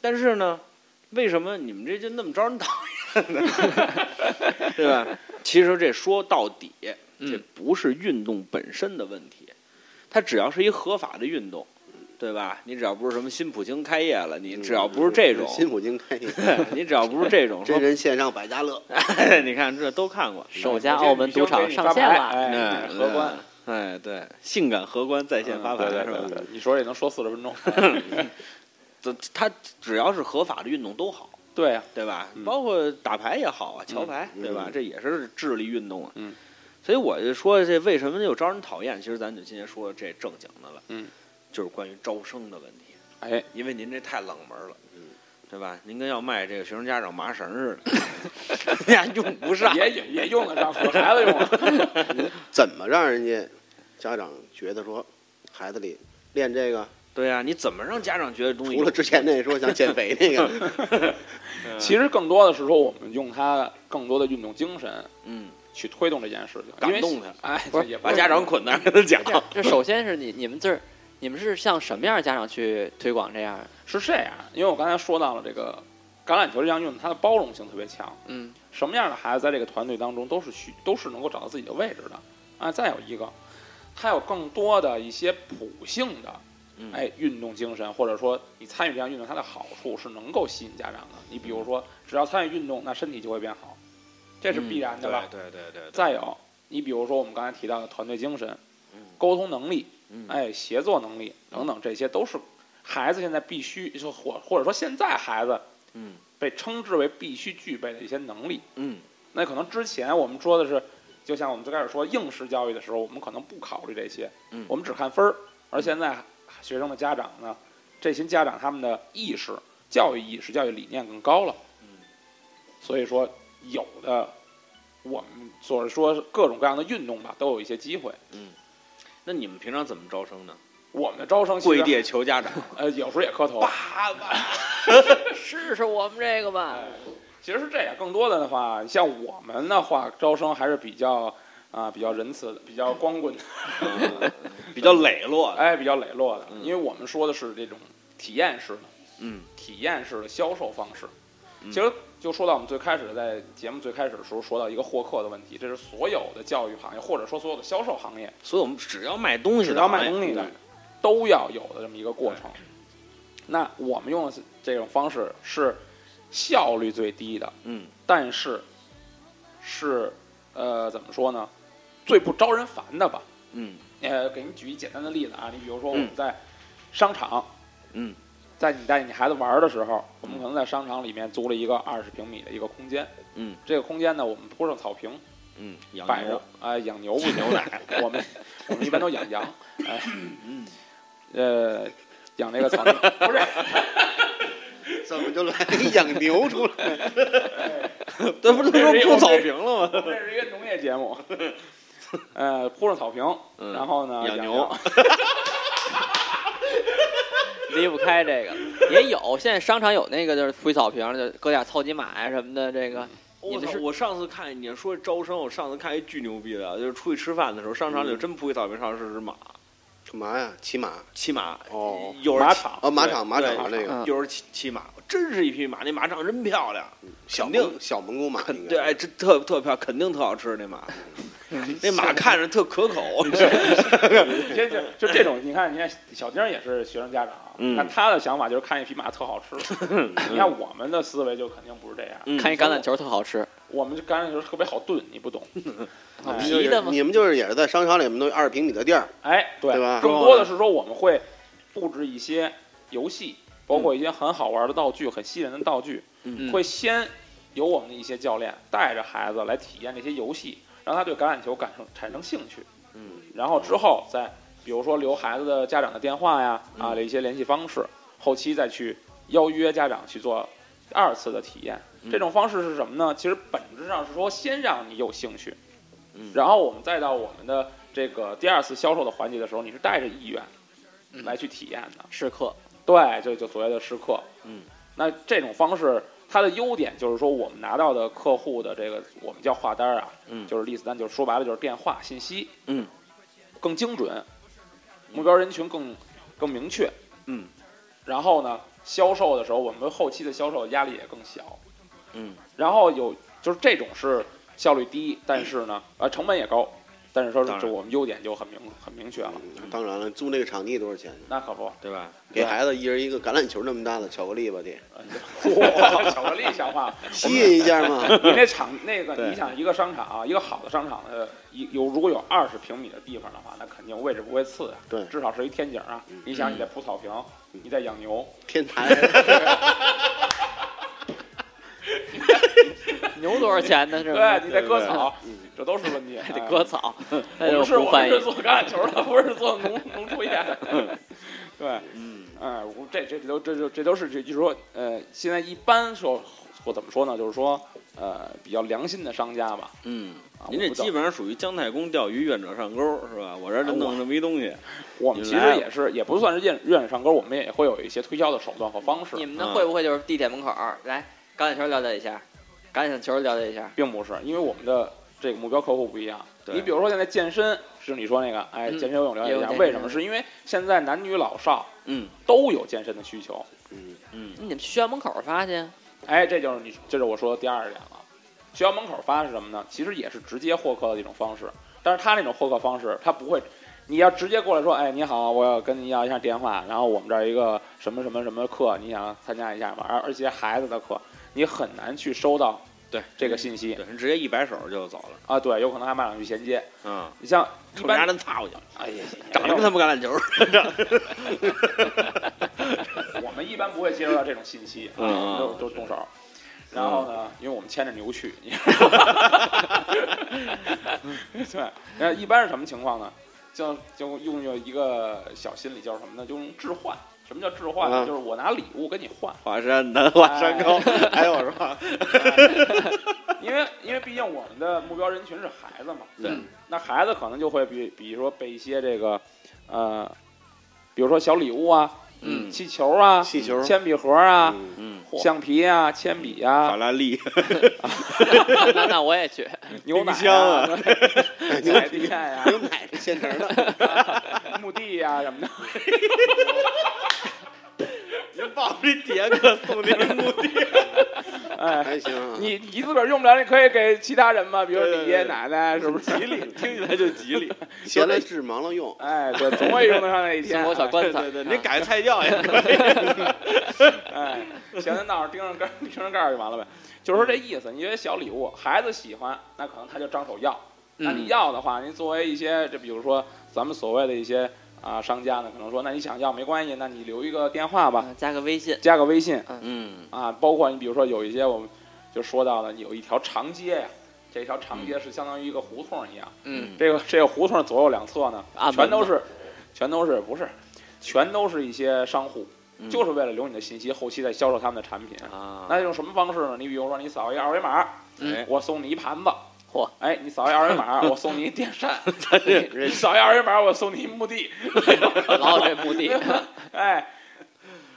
但是呢，为什么你们这就那么招人讨厌呢？对吧？其实这说到底，这嗯不是运动本身的问题，它只要是一合法的运动，对吧？你只要不是什么新普京开业了，你只要不是这 种，新普京开业， 你只要不是这种，真说哎人线上百家乐，你看这都看过，哎首家澳门赌场上线了，哎，嗯荷官，哎，对，性感荷官在线发牌、对对是吧对？对，你说也能说四十分钟。这它只要是合法的运动都好，对呀，对吧？嗯包括打牌也好啊，桥牌、嗯对吧？嗯这也是智力运动啊。嗯所以我就说这为什么就招人讨厌？其实咱就今天说这正经的了，嗯，就是关于招生的问题，哎，因为您这太冷门了。嗯对吧？您跟要卖这个学生家长麻绳似的， 人家用不上。 也也也用得上，给孩子用啊。怎么让人家家长觉得说孩子里练这个，对呀、你怎么让家长觉得东西除了之前那说想减肥那个，其实更多的是说，我们用他更多的运动精神嗯去推动这件事情，感因为动他哎，不是也不把是家长捆那儿跟他讲？ 这样这首先是你你们这儿你们是向什么样的家长去推广这样的？是这样，因为我刚才说到了这个橄榄球这项运动，它的包容性特别强，嗯什么样的孩子在这个团队当中都是需都是能够找到自己的位置的啊。再有一个，他有更多的一些普性的嗯，哎运动精神，或者说你参与这项运动，它的好处是能够吸引家长的。你比如说，只要参与运动，那身体就会变好，这这是必然的吧？嗯对对对对对，再有，你比如说我们刚才提到的团队精神、嗯沟通能力、嗯哎协作能力等等，这些都是孩子现在必须就或或者说现在孩子嗯被称之为必须具备的一些能力。嗯那可能之前我们说的是，就像我们最开始说应试教育的时候，我们可能不考虑这些，嗯我们只看分儿。而现在学生的家长呢，这些家长他们的意识、教育意识、教育理念更高了，嗯所以说有的我们所说各种各样的运动吧，都有一些机会。嗯。那你们平常怎么招生呢？我们的招生其跪实地求家长，呃有时候也磕头，爸爸，试试我们这个吧。其实是这样，更多的的话，像我们的话，招生还是比较啊、比较仁慈的，比较光棍的。比较磊落。哎，比较磊落的，嗯因为我们说的是这种体验式的、嗯体验式的销售方式。嗯其实就说到我们最开始在节目最开始的时候说到一个获客的问题，这是所有的教育行业或者说所有的销售行业，所以我们只要卖东西只的要行业，卖东西的都要有的这么一个过程。那我们用的是这种方式是效率最低的，嗯，但是是呃怎么说呢，最不招人烦的吧。嗯呃，给你举一简单的例子啊，你比如说我嗯们在商场，嗯，在你带你孩子玩儿的时候，我们可能在商场里面租了一个二十平米的一个空间，嗯，这个空间呢，我们铺上草坪，嗯，养摆着牛，啊、养牛不 牛奶，我们我们一般都养羊，哎，嗯，呃，养这个 草坪，不是，怎么就来养牛出来？哎这 不是说铺草坪了吗？我们这是一个农业节目，呃，铺上草坪，嗯然后呢，养牛牛，离不开这个了，也有现在商场有那个就是铺一草坪，就搁点草泥马呀、什么的，这个我你们操是我上次看你说招生，我上次看一巨牛逼的，啊就是出去吃饭的时候，商场里真铺一草坪上是只马，干嘛呀？骑马？骑马哦有人马骑场哦，马场对马场对啊那嗯个有人骑骑马，真是一匹马，那马长真漂亮，小肯定蒙小蒙古马应肯该，对，哎，这特特漂亮，肯定特好吃那马，那马看着特可口，就就就 这种，你看，你看小丁儿也是学生家长，嗯你看他的想法就是看一匹马特好吃，你看我们的思维就肯定不是这样，嗯看一橄榄球特好吃，我们这橄榄球特别好炖，你不懂，哎你们皮就的是吗？你们就是也是在商场里面弄二十平米的地儿，哎，对对吧更多的是说我们会布置一些游戏，包括一些很好玩的道具、很吸引人的道具，嗯会先由我们的一些教练带着孩子来体验这些游戏，让他对橄榄球感生产生兴趣，嗯然后之后再比如说留孩子的家长的电话呀嗯啊的一些联系方式，后期再去邀约家长去做二次的体验。嗯这种方式是什么呢？其实本质上是说，先让你有兴趣，嗯然后我们再到我们的这个第二次销售的环节的时候，你是带着意愿来去体验的。试课，对，这就所谓的试客。嗯，那这种方式它的优点就是说，我们拿到的客户的这个我们叫话单啊，嗯就是 list 单，就是说白了就是电话信息，嗯，更精准，目标人群更更明确，嗯，然后呢，销售的时候我们后期的销售压力也更小，嗯，然后有就是这种是效率低，但是呢，呃，成本也高，但是说当然这我们优点就很明很明确了，嗯当然了，租那个场地多少钱？那可不，对吧？给孩子一人一个橄榄球那么大的巧克力吧，得 哇，呃巧克力想法，吸引一下 嘛。你那场那个，对你想一个商场啊，一个好的商场，呃，一有如果有二十平米的地方的话，那肯定位置不会次啊，对至少是一天井啊。你想你在铺草坪，你在养牛，天台，牛多少钱呢？这对，个你在割对草，这都是问题。得哎割草，那我就们是不我们翻译是。做橄榄球的，不是做农农畜业的。对，嗯，哎，我这这这都这这这都是这就是说，呃，现在一般说或怎么说呢，就是说，呃，比较良心的商家吧。嗯啊，您我这不懂基本上属于姜太公钓鱼，愿者上钩是吧？我这儿这弄这么一东西，我们其你来实了也是，也不算是愿愿意上钩，我们也会有一些推销的手段和方式你，们那会不会就是地铁门口儿来橄榄球了解一下，橄榄球了解一下？并不是因为我们的这个目标客户不一样。对你比如说现在健身，是你说那个，哎，嗯健身游泳了解一有下，健为身什么？的是因为现在男女老少嗯都有健身的需求。嗯，嗯你们去学校门口儿发去。啊哎，这就是你，这是我说的第二点了。学校门口发的是什么呢？其实也是直接获客的一种方式，但是他那种获客方式，他不会，你要直接过来说，哎，你好，我要跟您要一下电话，然后我们这儿一个什么什么什么课，你想参加一下吗？而而且孩子的课，你很难去收到对这个信息嗯对，人直接一摆手就走了啊。对，有可能还骂两句衔接。啊，你像一冲人家般，人操去，哎呀，长得跟他们橄榄球似的。我们一般不会接收到这种信息，嗯嗯都都动手。然后呢，因为我们牵着牛去，你知 道吗？对，然后一般是什么情况呢？就就用有一个小心理叫什么呢？就用置换。什么叫置换呢？嗯就是我拿礼物跟你 换，华山南华山高， 哎呦我说，嗯因为因为毕竟我们的目标人群是孩子嘛，对，那孩子可能就会比比如说被一些这个呃，比如说小礼物啊，嗯气球啊，气球铅笔盒啊，嗯嗯，橡皮啊，铅笔啊，法拉利，那那我也去，牛奶冰箱 啊啊， 彩电呀、牛奶是现成的，啊墓地呀、什么的，您报这体验课送您的目的，哎，还行啊。你你自个儿用不了，你可以给其他人嘛，比如对对你对爷爷奶奶，是不是？吉利，听起来就吉利。闲来致忙了用，哎，对，总会用得上那一天啊送。我小 棺对材。对对，您改个菜窖也可以。哎，闲的闹着钉上盖儿， 钉上盖儿就完了呗。就是说这意思，你觉得小礼物，孩子喜欢，那可能他就张手要。嗯那你要的话，您作为一些，这比如说咱们所谓的一些啊、商家呢，可能说，那你想要没关系，那你留一个电话吧，嗯加个微信。加个微信，嗯啊，包括你比如说有一些我们就说到了，有一条长街呀，这条长嗯街是相当于一个胡同一样，嗯，这个这个胡同左右两侧呢啊，全都是，全都是不是，全都是一些商户，嗯就是为了留你的信息，后期再销售他们的产品。啊，那用什么方式呢？你比如说，你扫一二维码，哎嗯我送你一盘子。嚯！哎，你扫一二维码， 我送你一电扇；这你扫一二维码，我送你一墓地。老有这目的。 哎，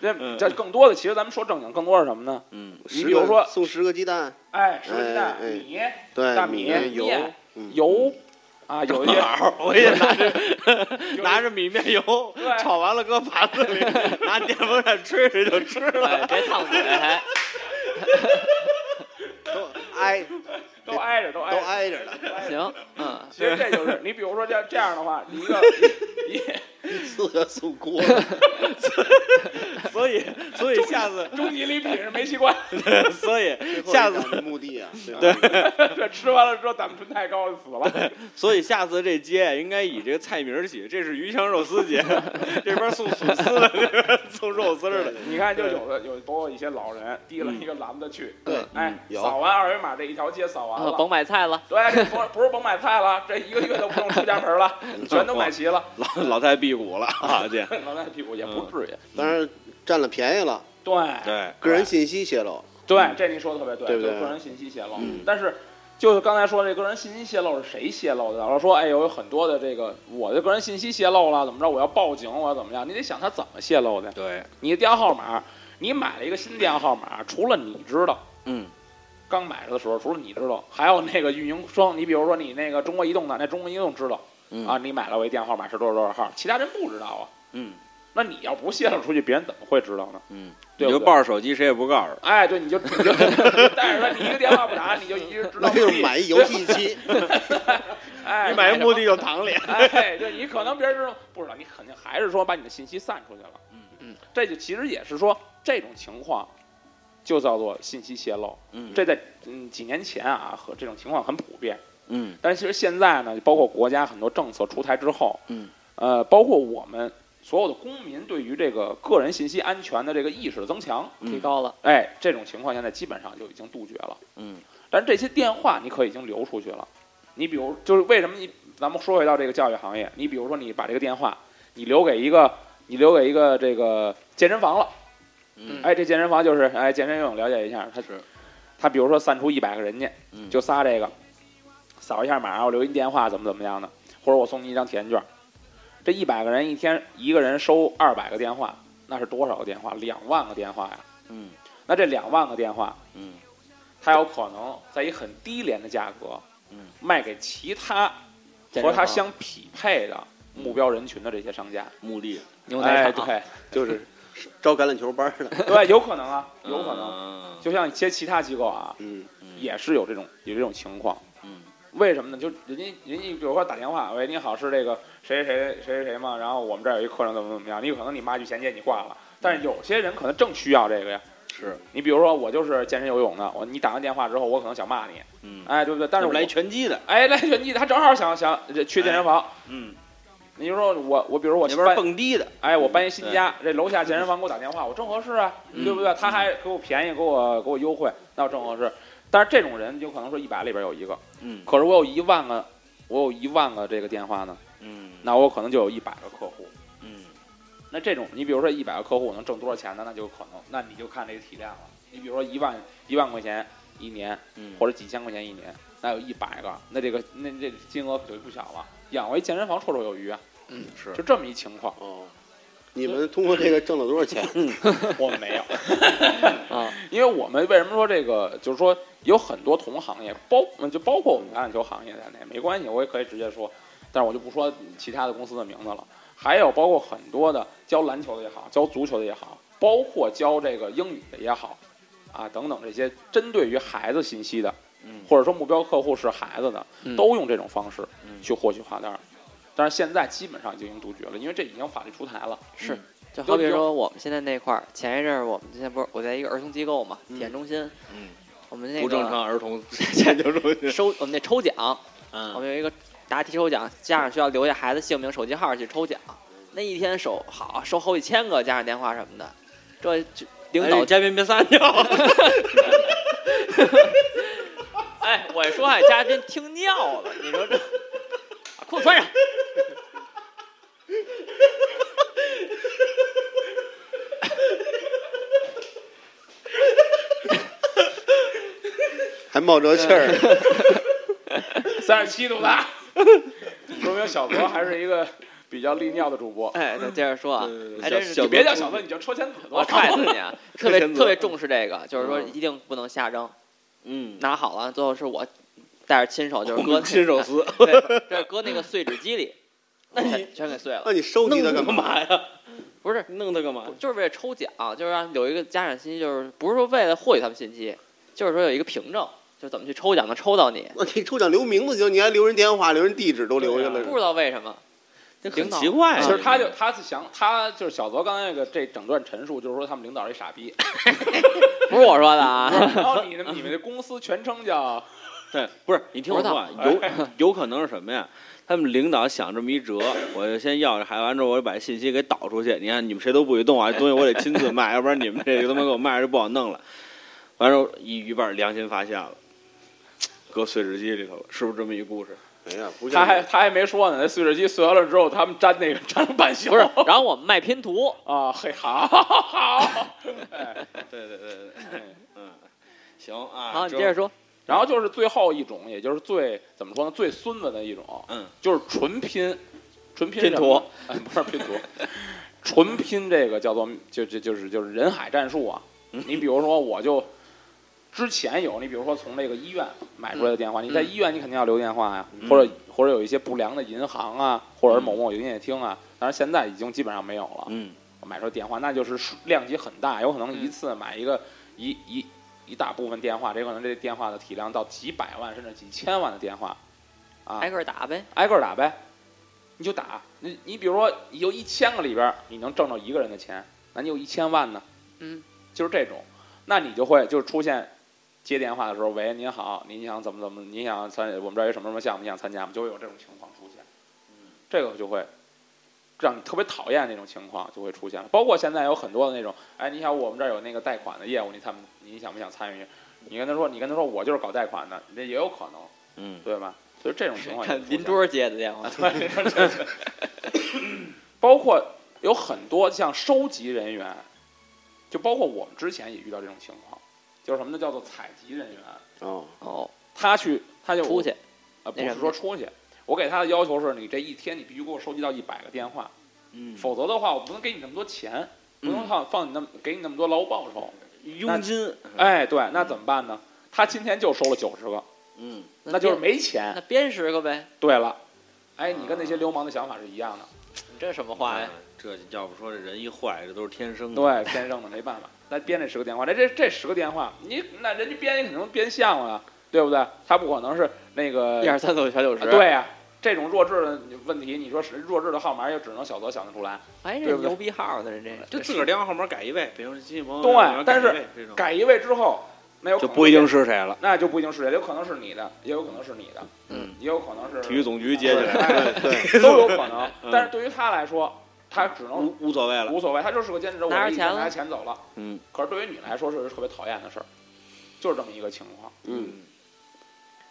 这嗯这更多的，其实咱们说正经，更多是什么呢？嗯你十比如个说送十个鸡蛋，哎，说鸡蛋哎、哎米、对，大米、面油，呃面嗯油啊，有一些好，我也拿着 有拿着米面油对炒完了，搁盘子里，拿电风扇吹吹就吃了。哎，别烫嘴，还都挨都挨着，都挨都着。挨着的，行。嗯，其实这就是你，比如说这这样的话，你一个你 四个送锅，所以，所以下次，终极礼品是煤气罐，所以最后下一次场的墓地啊，对吧，这吃完了之后咱们纯太高就死了。所以下次这街啊应该以这个菜名儿起，这是鱼香肉丝节， 这边送笋丝的，这边送肉丝儿的。你看，就有的有包括一些老人提了一个篮子去，对哎，有扫完二维码这一条街扫完啊了。甭买菜了。对，这不不是甭买菜了，这一个月都不用出家门了，全都买齐了。 老老太辟谷了啊，姐。老太屁股也不至于。当然占了便宜了，对对，个人信息泄露，对，嗯这你说的特别对，对不对就是个人信息泄露。嗯但是，就是刚才说这个人信息泄露是谁泄露的？然后说，哎，有很多的这个我的个人信息泄露了，怎么着？我要报警，我要怎么样？你得想他怎么泄露的。对，你的电话号码，你买了一个新电话号码，除了你知道，嗯，刚买的时候，除了你知道，还有那个运营商，你比如说你那个中国移动的，那中国移动知道、嗯啊，你买了我一电话号码是多少多少号，其他人不知道啊。嗯那你要不泄露出去，别人怎么会知道呢？嗯，对你就不对抱着手机，谁也不告诉。哎，对，你就你就带着他，你一个电话不打，你就一直知 那道目的。就是买一游戏机，哎，你买一什墓么地就躺里。哎，对你可能别人知道不知道，你肯定还是说把你的信息散出去了。嗯嗯，这就其实也是说这种情况，就叫做信息泄露。 嗯这在嗯几年前啊，和这种情况很普遍。嗯但是其实现在呢，包括国家很多政策出台之后，嗯，呃，包括我们所有的公民对于这个个人信息安全的这个意识的增嗯强，提高了，哎，这种情况现在基本上就已经杜绝了。嗯但是这些电话你可已经流出去了。你比如，就是为什么你咱们说回到这个教育行业，你比如说你把这个电话你留给一个你留给一个这个健身房了。嗯哎，这健身房就是哎健身游泳了解一下，他是他比如说散出一百个人去，嗯就仨这个，扫一下码，我留一电话，怎么怎么样的，或者我送你一张体验券。这一百个人一天一个人收二百个电话，那是多少个电话？两万个电话呀！嗯那这两万个电话，嗯他有可能在以很低廉的价格嗯卖给其他健身和他房相匹配的目标人群的这些商家。目的牛哎，奶厂，对，就是招橄榄球班的， 对，有可能啊，嗯有可能。能就像一些其他机构啊，嗯，。也是有这种有这种情况。嗯为什么呢？就人家人家比如说打电话，喂，你好，是这个谁谁谁谁谁吗？然后我们这儿有一课程怎么怎么样，你可能你妈去衔接你挂了，但是有些人可能正需要这个呀。是你比如说我就是健身游泳的，我你打完电话之后，我可能想骂你，嗯，哎，对不对？但是我我来拳击的，哎来拳击的，他正好想想这去健身房。嗯，你就说我我比如我那边搬蹦迪的，哎我搬一新家，这楼下健身房给我打电话，我正合适啊，对不对？他还给我便宜，给我给我优惠，那我正合适。但是这种人有可能说一百里边有一个，嗯可是我有一万个，我有一万个这个电话呢，嗯那我可能就有一百个客户。嗯那这种，你比如说一百个客户我能挣多少钱呢？那就可能，那你就看这个体量了。你比如说一万一万块钱一年，嗯，或者几千块钱一年，那有一百个，那这个那这金额可就不小了，养活一健身房绰绰有余啊，是就这么一情况哦，你们通过这个挣了多少钱？ 我们 没有，啊，因为我们为什么说这个，就是说有很多同行业，包就包括我们橄榄球行业在内，没关系，我也可以直接说，但是我就不说其他的公司的名字了。还有包括很多的教篮球的也好，教足球的也好，包括教这个英语的也好，啊等等这些针对于孩子信息的，嗯或者说目标客户是孩子的，嗯都用这种方式嗯去获取罚单儿。但是现在基本上已经杜绝了，因为这已经法律出台了。是嗯，就好比说我们现在那块儿，前一阵儿我们现在不是我在一个儿童机构嘛，体验中心，嗯，我们那个不正常儿童 研究中心，收我们那抽奖，我嗯们有一个答题抽奖，家长需要留下孩子姓名、手机号去抽奖，那一天手好收好几千个家长电话什么的，这这领导哎嘉宾别撒 尿， 哎，我说俺嘉宾听尿 了，你说这啊把裤子穿上。还冒着气儿呢，三十七度的， 说明小泽还是一个比较利尿的主播。哎，再接着说啊嗯，小还真是小你别叫小泽，你叫车前子多我好。踹死 你啊！特别先走特别重视这个，就是说嗯一定不能瞎扔，嗯，拿好了最后是我带着亲手就是我 搁亲手撕，对，这搁那个碎纸机里，那你全全给碎了那。你收集弄它它干干嘛？嘛呀？不是，弄它干嘛？就是为了抽奖，就是让有一个家长信息，就是不是说为了获取他们信息，就是说有一个凭证，就怎么去抽奖能抽到你。那你抽奖留名字就行，你还留人电话、留人地址都留下对了啊。不知道为什么，这领很导奇怪啊，哎其实他就他是想他就是小泽刚才那个这整段陈述，就是说他们领导是一傻逼。 不是我说的啊。 然后你的你们的公司全称叫对，哎不是你听我说啊，有有 可能是什么呀？他们领导想这么一折，我就先要这孩子，完之后我就把信息给导出去。你看你们谁都不许动啊，东西我得亲自卖，要不然你们这个他妈给我卖了就不好弄了。完之后一一半良心发现了，搁碎纸机里头了，是不是这么一故事？哎呀，不他像还他还没说呢，那碎纸机碎完了之后，他们粘那个粘了半宿。不是，然后我们卖拼图，啊，嘿，好好。哎 对对对对，哎嗯，行 啊，好，你接着说，说。然后就是最后一种，也就是最怎么说呢，最孙子的一种，嗯，就是纯拼，纯拼拼什么呢， 哎，不是拼图，纯拼这个叫做就就就是就是人海战术啊。嗯你比如说，我就之前有，你比如说从那个医院买出来的电话，你在医院你肯定要留电话呀、嗯或者或者有一些不良的银行啊，或者是某某营业厅啊，当然现在已经基本上没有了。嗯买出来电话，那就是数量级很大，有可能一次买一个、一一一大部分电话，这有可能这电话的体量到几百万甚至几千万的电话，啊挨，个儿打呗。挨个儿打呗，你就打，你你比如说你有一千个里边儿，你能挣着一个人的钱，那你有一千万呢，嗯，就是这种，那你就会就出现。接电话的时候，喂，您好，您想怎么怎么，您想参，我们这儿有什么什么项目，您想参加吗？就会有这种情况出现，嗯这个就会让你特别讨厌那种情况就会出现了。包括现在有很多的那种，哎，你想我们这儿有那个贷款的业务，你参你想不想参与？你跟他说，你跟他说我就是搞贷款的，那也有可能，嗯对吧？所以这种情况也看出现邻桌接的电话，对，包括有很多像收集人员，就包括我们之前也遇到这种情况，就是什么呢？叫做采集人员，哦，哦，他去他就出去，呃，不那什是么说出去，我给他的要求是你这一天你必须给我收集到一百个电话，嗯，否则的话我不能给你那么多钱，不能嗯放放你那么给你那么多劳务报酬。嗯佣金，哎，对，那怎么办呢？他今天就收了九十个，嗯，那就是编没钱那。编十个呗，对了，哎，你跟那啊些流氓的想法是一样的，这什么话呀？这要不说这人一坏，这都是天生的。对，天生的没办法。那编这十个电话，那这这十个电话，你那人家编也肯定编像了呀，对不对？他不可能是那个一二三四五全九十，啊，对呀、这种弱智的问题，你说是弱智的号码，也只能小泽想得出来。哎，对这不对牛逼号呢，人这就自个儿电话号码改一位，比如说亲戚朋友对电话号码改一位但这种改一位之后，那有嗯可就能不一定，是谁了。那就不一定是谁，有可能是你的，也有可能是你的，嗯，也有可能是体育总局接起来，。来，对，都有可能 嗯但是对于他来说，他只能无无所谓了。无所谓，他就是个兼职，我拿着一钱天了拿钱走了。嗯可是对于你来说是特别讨厌的事儿，就是这么一个情况。嗯，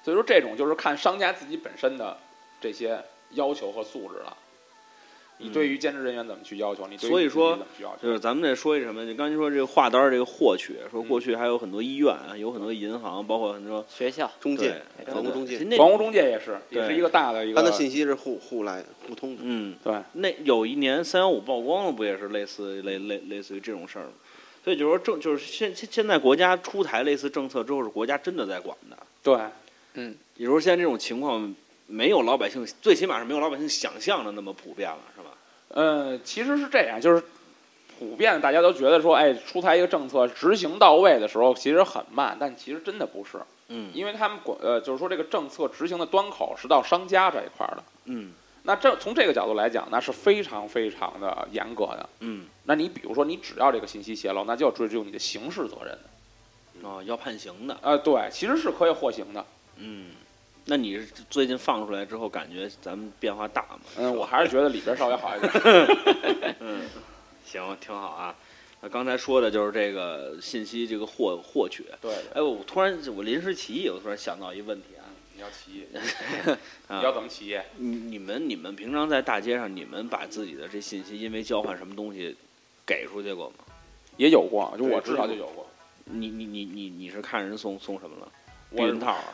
所以说，这种就是看商家自己本身的这些要求和素质了。你对于兼职人员怎么去要求？你对嗯于所以你自己说怎么去要求？就是咱们再说一什么，就刚才说这个话单儿这个获取，说过去还有很多医院，啊有很多银行，包括很多学校中介，哎哎对房屋中介其实那房屋中介也是，对也是一个大的一个。他的信息是互互来互通的，嗯，对，那有一年三幺五曝光了，不也是类似类类类似于这种事儿吗？所以就是说政就是现现现在国家出台类似政策之后，是国家真的在管的。对，也就是说，现在这种情况没有老百姓，最起码是没有老百姓想象的那么普遍了，是吧？嗯，其实是这样，就是普遍大家都觉得说，哎，出台一个政策执行到位的时候其实很慢，但其实真的不是，嗯因为他们管呃，就是说这个政策执行的端口是到商家这一块儿的。嗯那这从这个角度来讲，那是非常非常的严格的。嗯，那你比如说，你只要这个信息泄露，那就要追究你的刑事责任的。哦，要判刑的。呃，对，其实是可以获刑的。嗯，那你是最近放出来之后，感觉咱们变化大吗？嗯，我还是觉得里边稍微好一点。嗯，行，挺好啊。那刚才说的就是这个信息这个获获取。对，哎，我突然我临时起意，我突然想到一问题啊，你要起义，啊你要怎么起义？你你们你们平常在大街上，你们把自己的这信息因为交换什么东西给出去过吗？也有过，就对我至少追就究有过。你你你你你是看人送送什么了？避我孕套啊？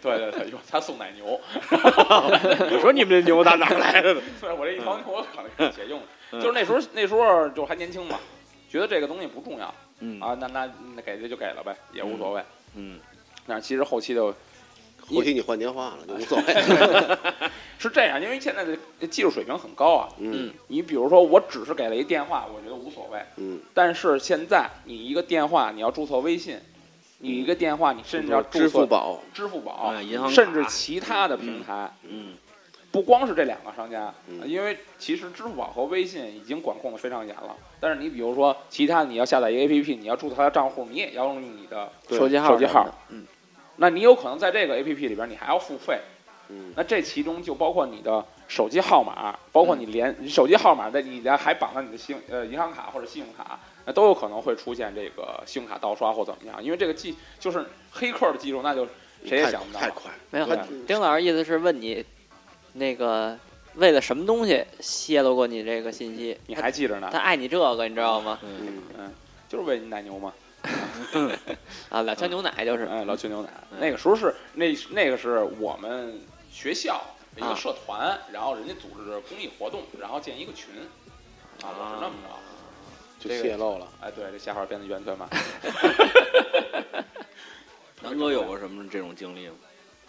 对对对，有他送奶牛。 我说你们这牛打哪儿来的？对，我这一条牛可能给解用了，嗯就是那时候那时候就还年轻嘛，觉得这个东西不重要啊，嗯那那那给的就给了呗，也无所谓。嗯但是其实后期的后期你换电话了就无所 谓，嗯是这样，因为现在的技术水平很高啊。嗯你比如说，我只是给了一电话，我觉得无所谓。嗯，但是现在你一个电话，你要注册微信，你一个电话，你甚至要注册支付、宝，支付宝啊银行，卡甚至其他的平台。嗯不光是这两个商家，嗯因为其实支付宝和微信已经管控的非常严了。但是你比如说，其他你要下载一个 APP，你要注册它的账户，你也要用你的手机号手机什么号的。，嗯，那你有可能在这个 APP 里边，你还要付费。嗯那这其中就包括你的手机号码，包括你连你手机号码在你的还绑上你的信呃银行卡或者信用卡，那都有可能会出现这个信用卡盗刷或怎么样。因为这个技就是黑客的技术，那就谁也太想不到太。快了，没有对。丁老师意思是问你，那个为了什么东西泄露过你这个信息？你还记着呢他？爱你这个，你知道吗？嗯，嗯，嗯，就是为你奶牛嘛。啊，两箱牛奶就是。哎， 老邱牛奶，嗯那个时候是那那个是我们学校的一啊个社团，然后人家组织公益活动，然后建一个群，啊，我是那么着。就这个泄 露了，哎，对，这瞎话变得圆圈嘛。南哥有过什么这种经历吗？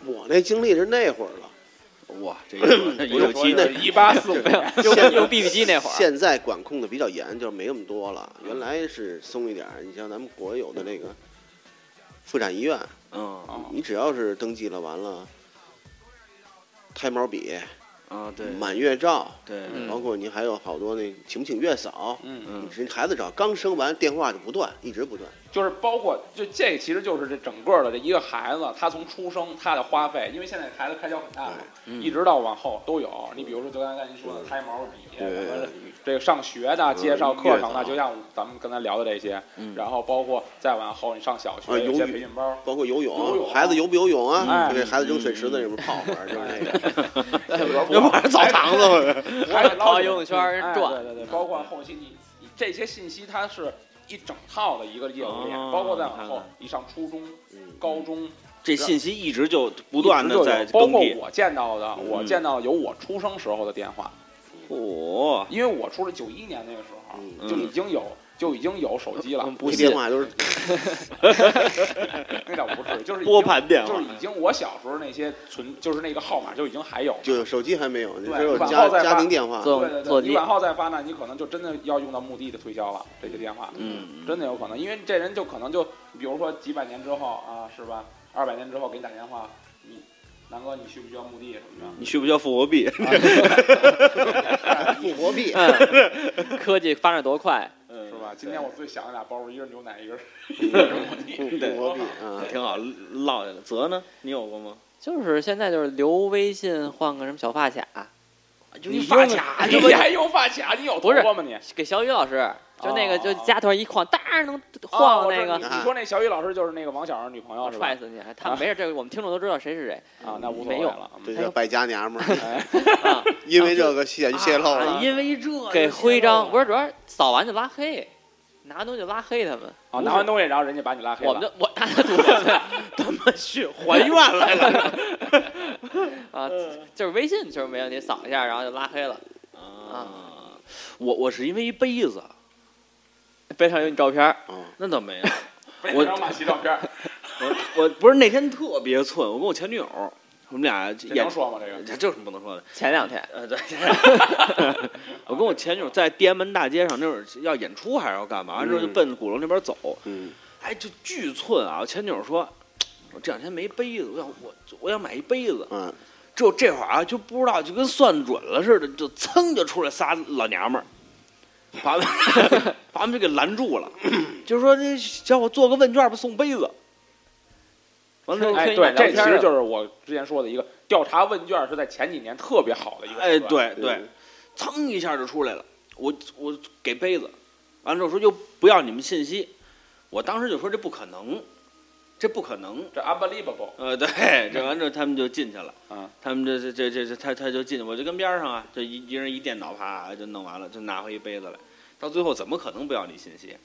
我那经历是那会 儿了。哇，这个一九七那一八四五年，用用 BB 机那会儿，现在管控的比较严，就是没那么多了。原来是松一点儿，你像咱们国有的那个妇产医院，嗯啊你只要是登记了，完了，胎毛笔、啊，对满月照，对，嗯包括你还有好多那请不请月嫂，嗯，嗯人孩子找刚生完电话就不断，一直不断。就是包括就这其实就是这整个的这一个孩子，他从出生他的花费，因为现在孩子开销很大嘛，嗯对一直到往后都有。你比如说，就刚才您说的胎毛笔，啊对什么这个上学的、嗯介绍课程的，越早就像咱们刚才聊的这些，嗯然后包括再往后你上小学啊有些游培训班，包括游泳，游泳孩子游不游泳啊？哎给孩子扔水池子里面泡会儿，就是那个。要不然澡堂 子吧。还得跑游泳圈儿哎转对对对，包括后期你你这些信息，它是一整套的一个业务链，哦包括再往你后看看你上初中、嗯 高中，这信息一直就不断一的直就有在包更括替。我见到的，嗯我见到有我出生时候的电话，嚯，因为我出生九一年那个时候啊嗯就已经有就已经有手机了，嗯不那信电话都是那倒不是，就是已经拨盘电就话嗯是，已经我小时候那些存就是那个号码就已经还有了，就手机还没有，只对有往家后再发家庭电话。做对对座对，机你往后再发呢，你可能就真的要用到墓地的推销了，这些电话，嗯，真的有可能，因为这人就可能就，比如说几百年之后啊，是吧？二百年之后给你打电话，你南哥你需不需要墓地什么你需不需要复活币？的，复活币，嗯，科技发展多快， 是嗯是吧？今天我最想的俩包，一个是牛奶，一 个是复复活币啊，挺好，落下了。泽呢？你有过吗？就是现在就是留微信换个什么小发卡，就你一用发卡， 就啊你还用发卡？你有头发吗你？啊给小雨老师，就那个哦就加团一晃，当然能哦晃我那知道个你，你说那小雨老师就是那个王小二女朋友是吧踹？死你！啊他们没事，这个我们听众都知道谁是谁。啊，那无所没谓有了。这嗯还有叫败家娘们儿，哎，因为这个泄泄露了。啊因为这给徽章，不是主要是扫完就拉黑，拿东西就拉黑他们。啊，拿完东西，然后人家把你拉黑我们了。就我 拿他赌他妈去还愿来 了 啊！就是微信就是没问题，扫一下然后就拉黑了。啊，我我是因为一杯子，背上有你照片儿，嗯，那倒没有。我让马奇照 片，我我不是那天特别寸，我跟我前女友，我们俩这演能说吗？这个这有什么不能说的？前两天呃，对， 我跟我前女友在天安门大街上，那会儿要演出还是要干嘛？完之后就嗯奔鼓楼那边走，嗯，哎，就巨寸啊！我前女友说，我这两天没杯子，我想我我想买一杯子，嗯，就这会儿啊，就不知道就跟算准了似的，就噌就出来仨老娘 们儿，把我们把我们就给拦住了，就说这小伙做个问卷吧，送杯子。完了之后，哎，可以对，聊天这其了实就是我之前说的一个调查问卷，是在前几年特别好的一个。哎，，对对，，噌一下就出来了。我我给杯子，完了之后说又不要你们信息，我当时就说这不可能，这不可能。这 unbelievable。呃，对，这完之后他们就进去了。嗯，他们这这这这这他他就进去，我就跟边儿上啊，就一一人一电脑，啪就弄完了，就拿回一杯子来。到最后怎么可能不要你信息，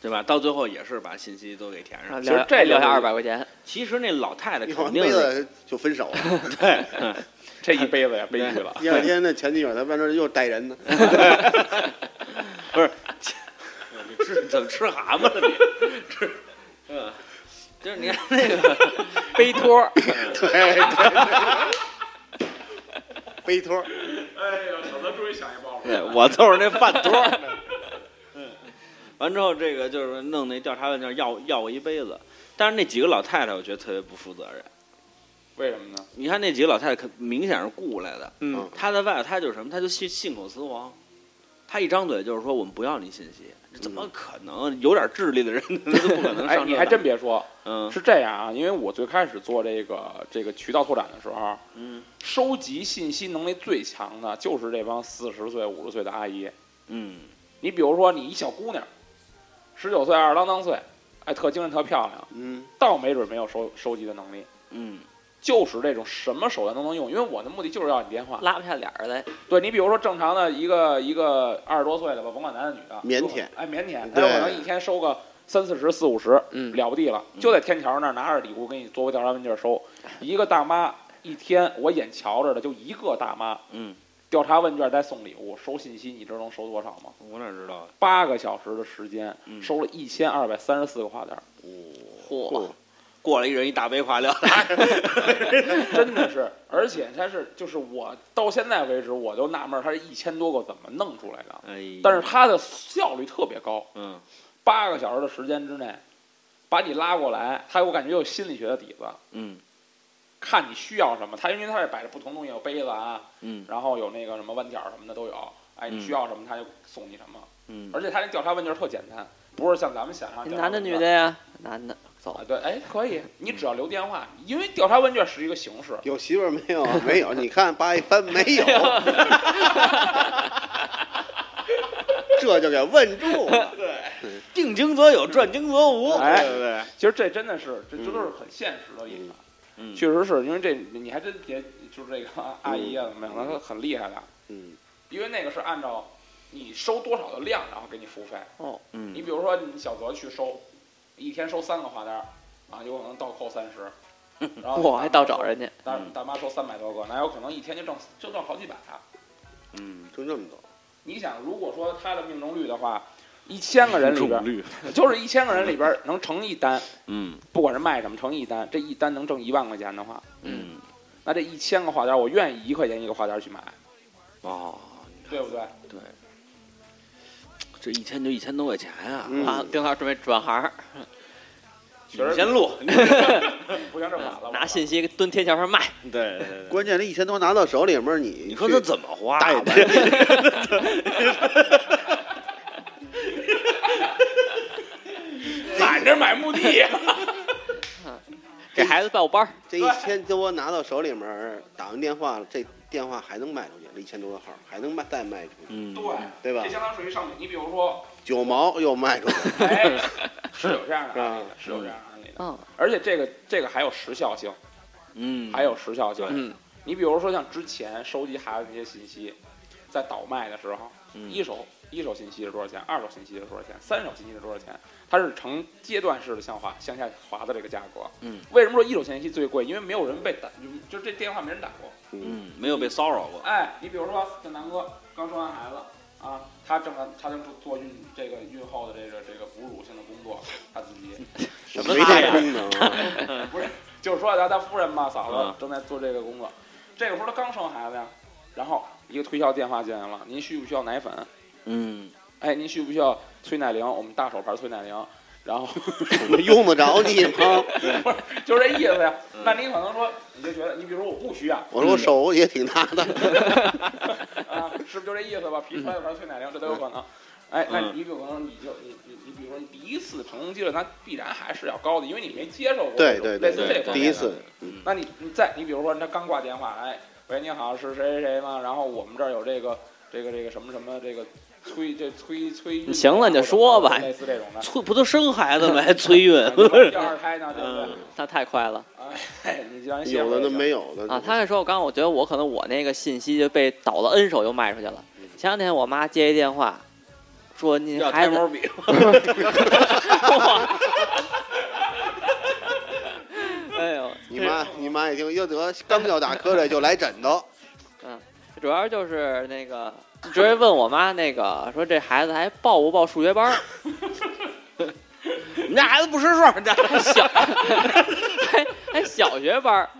对吧？到最后也是把信息都给填上。其实这留就是啊下二百块钱，其实那老太太一会儿肯定杯是子就分手了。对，这一杯 子也悲剧了。第二天那前女友在外面又带人呢，不是，你吃怎么吃蛤蟆了你？吃，嗯，就是你看那个背托儿，对对，对背托儿，哎呦，小泽终于想一包对，我就是那饭托儿。嗯，完之后这个就是弄那调查问卷，要要我一杯子。但是那几个老太太，我觉得特别不负责任。为什么呢？你看那几个老太太，可明显是雇来的。嗯，她在外头，她就是什么？她就信信口雌黄。她一张嘴就是说我们不要你信息，这怎么可能？有点智力的人那都不可能上这哎，当。你还真别说，嗯是这样啊，因为我最开始做这个这个渠道拓展的时候，嗯收集信息能力最强的就是这帮四十岁、五十岁的阿姨。嗯你比如说，你一小姑娘，十九岁、二十郎当岁，哎，特精神、特漂亮，嗯，倒没准没有收收集的能力，嗯就是这种什么手段都能用。因为我的目的就是要你电话。拉不下脸儿来，对你比如说正常的一个一个二十多岁的吧，甭管男的女的，腼腆，哎，腼腆，他对有可能一天收个三四十、四五十，嗯，了不地了，就在天桥那儿拿着礼物给你做个调查问卷收。一个大妈一天，我眼瞧着的就一个大妈嗯，调查问卷再送礼物收信息，你知道能收多少吗？我哪知道啊？八个小时的时间嗯收了一千二百三十四个话单儿，嚯，过来一人一大杯花料，真的是，而且它是就是我到现在为止我都纳闷儿，它是一千多个怎么弄出来的？哎，但是它的效率特别高，嗯八个小时的时间之内把你拉过来，它我感觉有心理学的底子，嗯看你需要什么。它因为它是摆着不同东西，有杯子啊，嗯然后有那个什么弯角什么的都有。哎，你嗯需要什么他就送你什么，嗯，而且他那调查问卷特简单，不是像咱们想象调查男的问卷女的呀，男的走啊，，对，哎，可以，你只要留电话，因为调查问卷是一个形式，有 媳妇儿没有？没有，你看八一翻没有，这就给问住了。定经则有，转经则无，哎对不对？其实这真的是，这这都是很现实的一个，嗯，确实是因为这你还真别就是这个啊阿姨啊怎么样，她很厉害的，嗯，因为那个是按照你收多少的量，然后给你付费。嗯你比如说你小泽去收，一天收三个罚单儿，啊，有可能倒扣三十， 然后我还倒找人家，大嗯大妈收三百多个，那有可能一天就挣就挣好几百啊。嗯，就这么多。你想，如果说他的命中率的话，一千个人里边中率，儿，就是一千个人里边儿能成一单，嗯不管是卖什么成一单，这一单能挣一万块钱的话，嗯，那这一千个花单儿，我愿意一块钱一个花单儿去买，哦，你看对不对？对，这一天就一千多块钱啊，嗯啊，丁老师准备转行儿，你确实先录， 不行，这晚了，拿信息蹲天桥 上卖， 对对对对，关键这一千多拿到手里面儿，你 你你说他怎么花啊大爷的？ 攒着买 墓地。给孩子报班儿， 这一千多拿到手里面儿，打完电话了，这电话还能卖出去，这一千多个号儿还能卖再卖出去，嗯，对， 对吧这？相当于上面，你比 如说，九毛又卖出去，哎，是有这样的案例的，嗯是有这样的案例的， 嗯而且这个这个还有时效性，嗯，还有时效性。嗯，你比如说像之前收集孩子那些信息，在倒卖的时候，嗯一手一手信息是多少钱，二手信息是多少钱，三手信息是多少钱，它是呈阶段式的向滑向下滑的这个价格。嗯，为什么说一手信息最贵？因为没有人被打，就就这电话没人打过。嗯，没有被骚扰过，哎，你比如说像南哥刚生完孩子啊，他正在他正做孕这个孕后的这个这个哺乳性的工作，他自 己。什么没大这爷功能啊？不是，就是说他他夫人吧，嫂嗯子正在做这个工作，这个时候他刚生孩子呀，然后一个推销电话进来了，您需不需要奶粉？嗯，哎，您需不需要催奶灵？我们大手牌催奶灵。然后 我用得着你吗？就是这意思呀嗯。那你可能说，你就觉得，你比如说我不需要我说我手也挺大的，啊，是不是就这意思吧？皮揣牌催奶灵，这都有可能。哎，那嗯你有可能你就你你你，比如说你第一次成功几率，那必然还是要高的，因为你没接受过对对这种对类似这对方面的第一次，那你你再你比如说他刚挂电话，哎，喂，你好，是谁谁谁吗？然后我们这儿有这个这个这个什么什么这个催这催催孕，行了你就说吧类似这 种的。催不都生孩子吗？还催孕，你说要二胎呢，对不对嗯？他太快了哎，你让人有的都那没有的啊！他还说，我刚刚我觉得我可能我那个信息就被倒了 N 手就卖出去了。前两天我妈接一电话，说你要孩开子毛笔， 哎呦，你妈你妈一听，又得刚要打瞌睡就来枕头，主要就是那个直接问我妈那个说这孩子还报不报数学班儿？你家孩子不识数，你家还小还还小学班儿，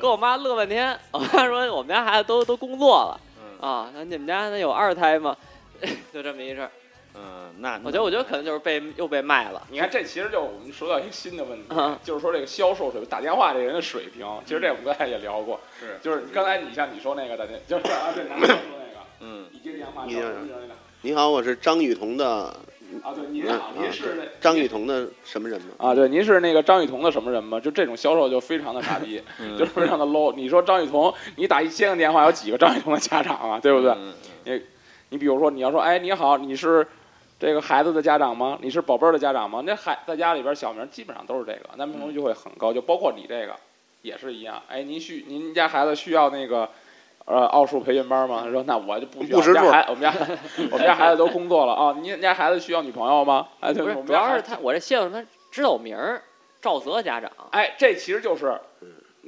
给我妈乐半天。我妈说我们家孩子都都工作了啊，那你们家那有二胎吗？ 就这么一事儿，嗯，那我觉得我觉得可能就是被又被卖了。你看，这其实就是我们说到一个新的问题，啊就是说这个销售水平，打电话这人的水平。嗯其实这我们刚才也聊过，是就是刚才你像你说那个打电，就是啊，对，南哥说那个，嗯一接电话，你然后就是那个 你好，我是张雨桐的啊，对，您好，您是那张雨桐的什么人吗？啊，对，您是那个张雨桐的什么人吗？就这种销售就非常的傻 逼，嗯就是非常的 low。你说张雨桐，你打一千个电话，有几个张雨桐的家长啊？对不对？嗯你比如说，你要说，哎，你好，你是这个孩子的家长吗？你是宝贝儿的家长吗？那孩在家里边小名基本上都是这个，那命嗯中率就会很高，就包括你这个也是一样。哎，您需您家孩子需要那个。呃，奥数培训班吗？他说那我就不需要。不识我数们家孩我们家我们家孩子都工作了啊。您家孩子需要女朋友吗？哎，啊对，不是我，们主家要孩是子他我这姓他知道我名儿，赵泽家长。哎，这其实就是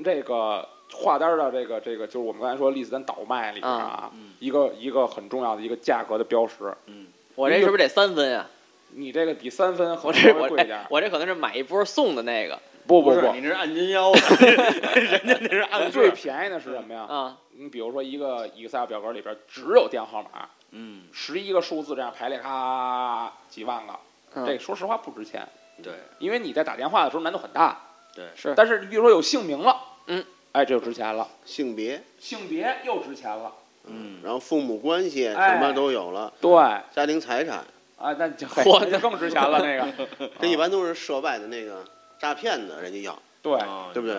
这个画单儿的这个这个，就是我们刚才说利斯丹倒卖里边儿啊，嗯一个一个很重要的一个价格的标识。嗯我这是不是得三分呀？你这个比三分和我这稍我微贵一点这儿，我这可能是买一波送的那个哎不不不是，不你，这是按斤腰的，啊人家那是按最个。便宜的是什么呀？啊，你比如说一个 Excel 表格里边只有电话号码， 嗯，十一个数字这样排列，咔几万个，嗯这个说实话不值钱，嗯对，因为你在打电话的时候难度很大。对是但是你比如说有姓名了，嗯，哎，这就值钱了，性别，性别又值钱了，嗯，然后父母关系什么都有了，对，啊，家庭财产，那 就嚯那就更值钱 了那个。这一般都是涉外的那个诈骗的，人家要对，哦对不对？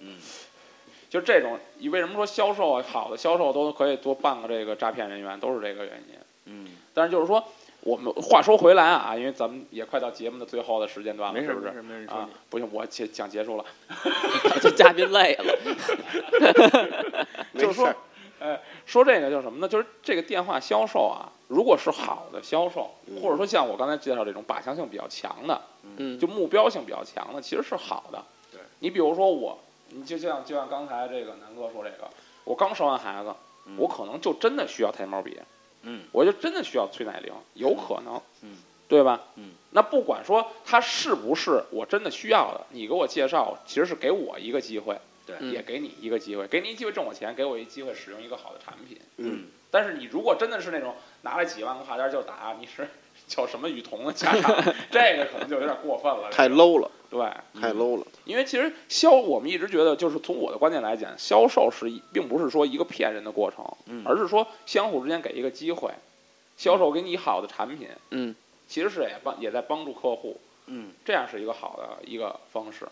嗯就这种，你为什么说销售啊？好的销售都可以多半个这个诈骗人员，都是这个原因。嗯但是就是说，我们话说回来啊，因为咱们也快到节目的最后的时间段了，没是事不没是？事没事，你说啊你，不行，我结想结束了。这嘉宾累了，就没是事说儿，，呃，说这个叫什么呢？就是这个电话销售啊，如果是好的销售，嗯或者说像我刚才介绍这种靶向性比较强的， 嗯，就目标性比较强的，其实是好的。对，你比如说我，你就像就像刚才这个南哥说这个，我刚生完孩子，嗯我可能就真的需要胎毛笔，嗯我就真的需要催奶铃，有可能，嗯，对吧？嗯，那不管说它是不是我真的需要的，你给我介绍，其实是给我一个机会，对嗯也给你一个机会，给你一机会挣我钱，给我一机会使用一个好的产品。嗯，但是你如果真的是那种拿了几万块钱就打，你是 叫什么雨桐的啊家 长，这个可能就有点过分了。太这个 low 了，对，太嗯 low 了，因为其实销，我们一直觉得，就是从我的观点来讲，销售是一并不是说一个骗人的过程，嗯而是说相互之间给一个机会，销售给你好的产品，嗯，其实是也帮也在帮助客户，嗯这样是一个好的一个方式。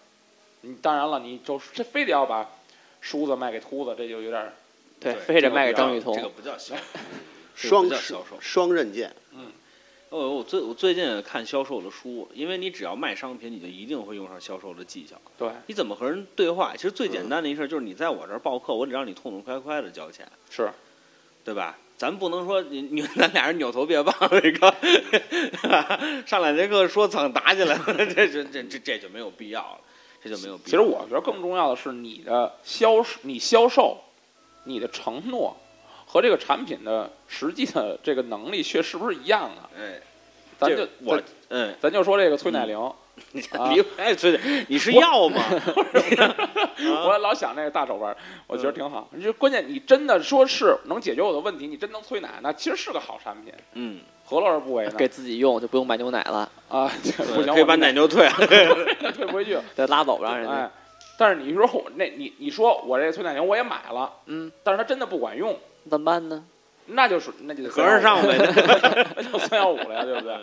你当然了，你就是这非得要把梳子卖给秃子，这就有点儿对，对非得卖给张雨这个桐，不叫销售， 这个双不叫销售。双刃剑，嗯哦，我最我最近看销售的书，因为你只要卖商品，你就一定会用上销售的技巧。对嗯你怎么和人对话？其实最简单的一事儿就是你在我这儿报课，我得让你痛痛快快的交钱，是。对吧？咱不能说你你咱俩人扭头别棒，这个上两节课说蹭打起来了，这这这这这就没有必要了，这就没有必要。其实我觉得更重要的是你的销售，你销售，你的承诺和这个产品的实际的这个能力却是不是一样的？哎，咱这就我咱嗯，咱就说这个崔乃玲，啊 你哎，崔姐，你是药吗？ 啊我老想那个大手腕儿，我嗯觉得挺好。就关键你真的说是能解决我的问题，你真能催奶，那其实是个好产品，嗯，何乐而不为呢？给自己用就不用买牛奶了，啊， 不对行，可以把我 奶牛退了。退不回去，再拉走吧让人家。哎。但是你说我那你你说我这催奶铃我也买了，嗯，但是它真的不管用，怎么办呢？那就是那就得合上嗯上呗， 那就三幺五了呀，对不对？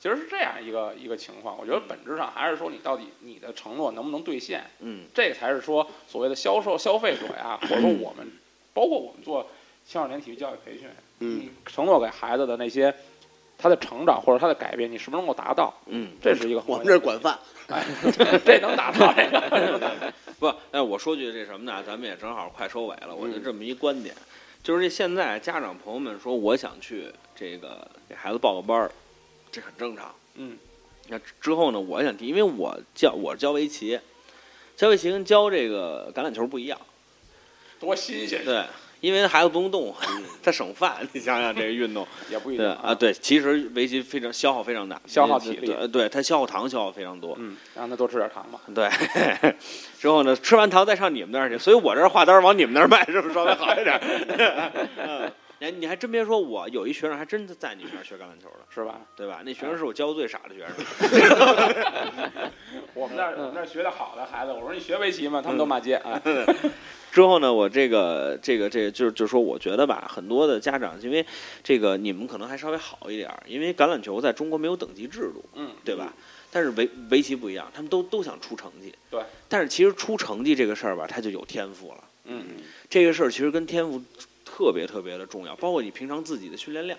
其实是这样一个一个情况，我觉得本质上还是说你到底你的承诺能不能兑现，嗯这才是说所谓的销售消费者呀，或者说我们，包括我们做青少年体育教育培训，嗯，你承诺给孩子的那些他的成长或者他的改变，你是不是能够达到？嗯，这是一个我们这儿管饭， 这能达到这个， 不，哎，我说句这什么呢？咱们也正好快收尾了，我就这么一观点，就是这现在家长朋友们说，我想去这个给孩子报个班儿，这很正常。嗯那之后呢，我想提，因为我教我是教围棋，教围棋跟教这个橄榄球不一样，多新鲜，对，因为孩子不用动，他省饭。你想想这个运动，也不一对定啊，，对，其实围棋非常消耗非常大，消耗体力对，对，它消耗糖消耗非常多。嗯，让他多吃点糖吧，对， 之后呢，吃完糖再上你们那儿去，所以我这儿画单儿往你们那儿卖，是不是稍微好一点？ 嗯，哎，你还真别说我，有一学生还真在你们那儿学橄榄球了，是吧？对吧？那学生是我教过最傻的学生， 我们那儿嗯我们那儿学的好的孩子，我说你学围棋吗？他们都骂街啊，之后呢，我这个这个这个、就是就是说，我觉得吧，很多的家长，因为这个你们可能还稍微好一点儿，因为橄榄球在中国没有等级制度，嗯，对吧？但是围围棋不一样，他们都都想出成绩。对。但是其实出成绩这个事儿吧，他就有天赋了。嗯。这个事儿其实跟天赋特别特别的重要，包括你平常自己的训练量，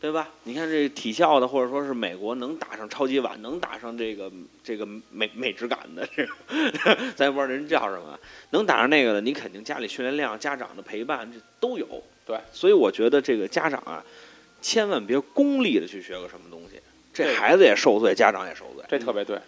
对吧？你看这体校的，或者说是美国能打上超级碗，能打上这个这个美美职感的，这个 咱也不知道人叫什么，能打上那个的，你肯定家里训练量、家长的陪伴这都有。对，所以我觉得这个家长啊，千万别功利的去学个什么东西，这对孩子也受罪，家长也受罪。这特别对，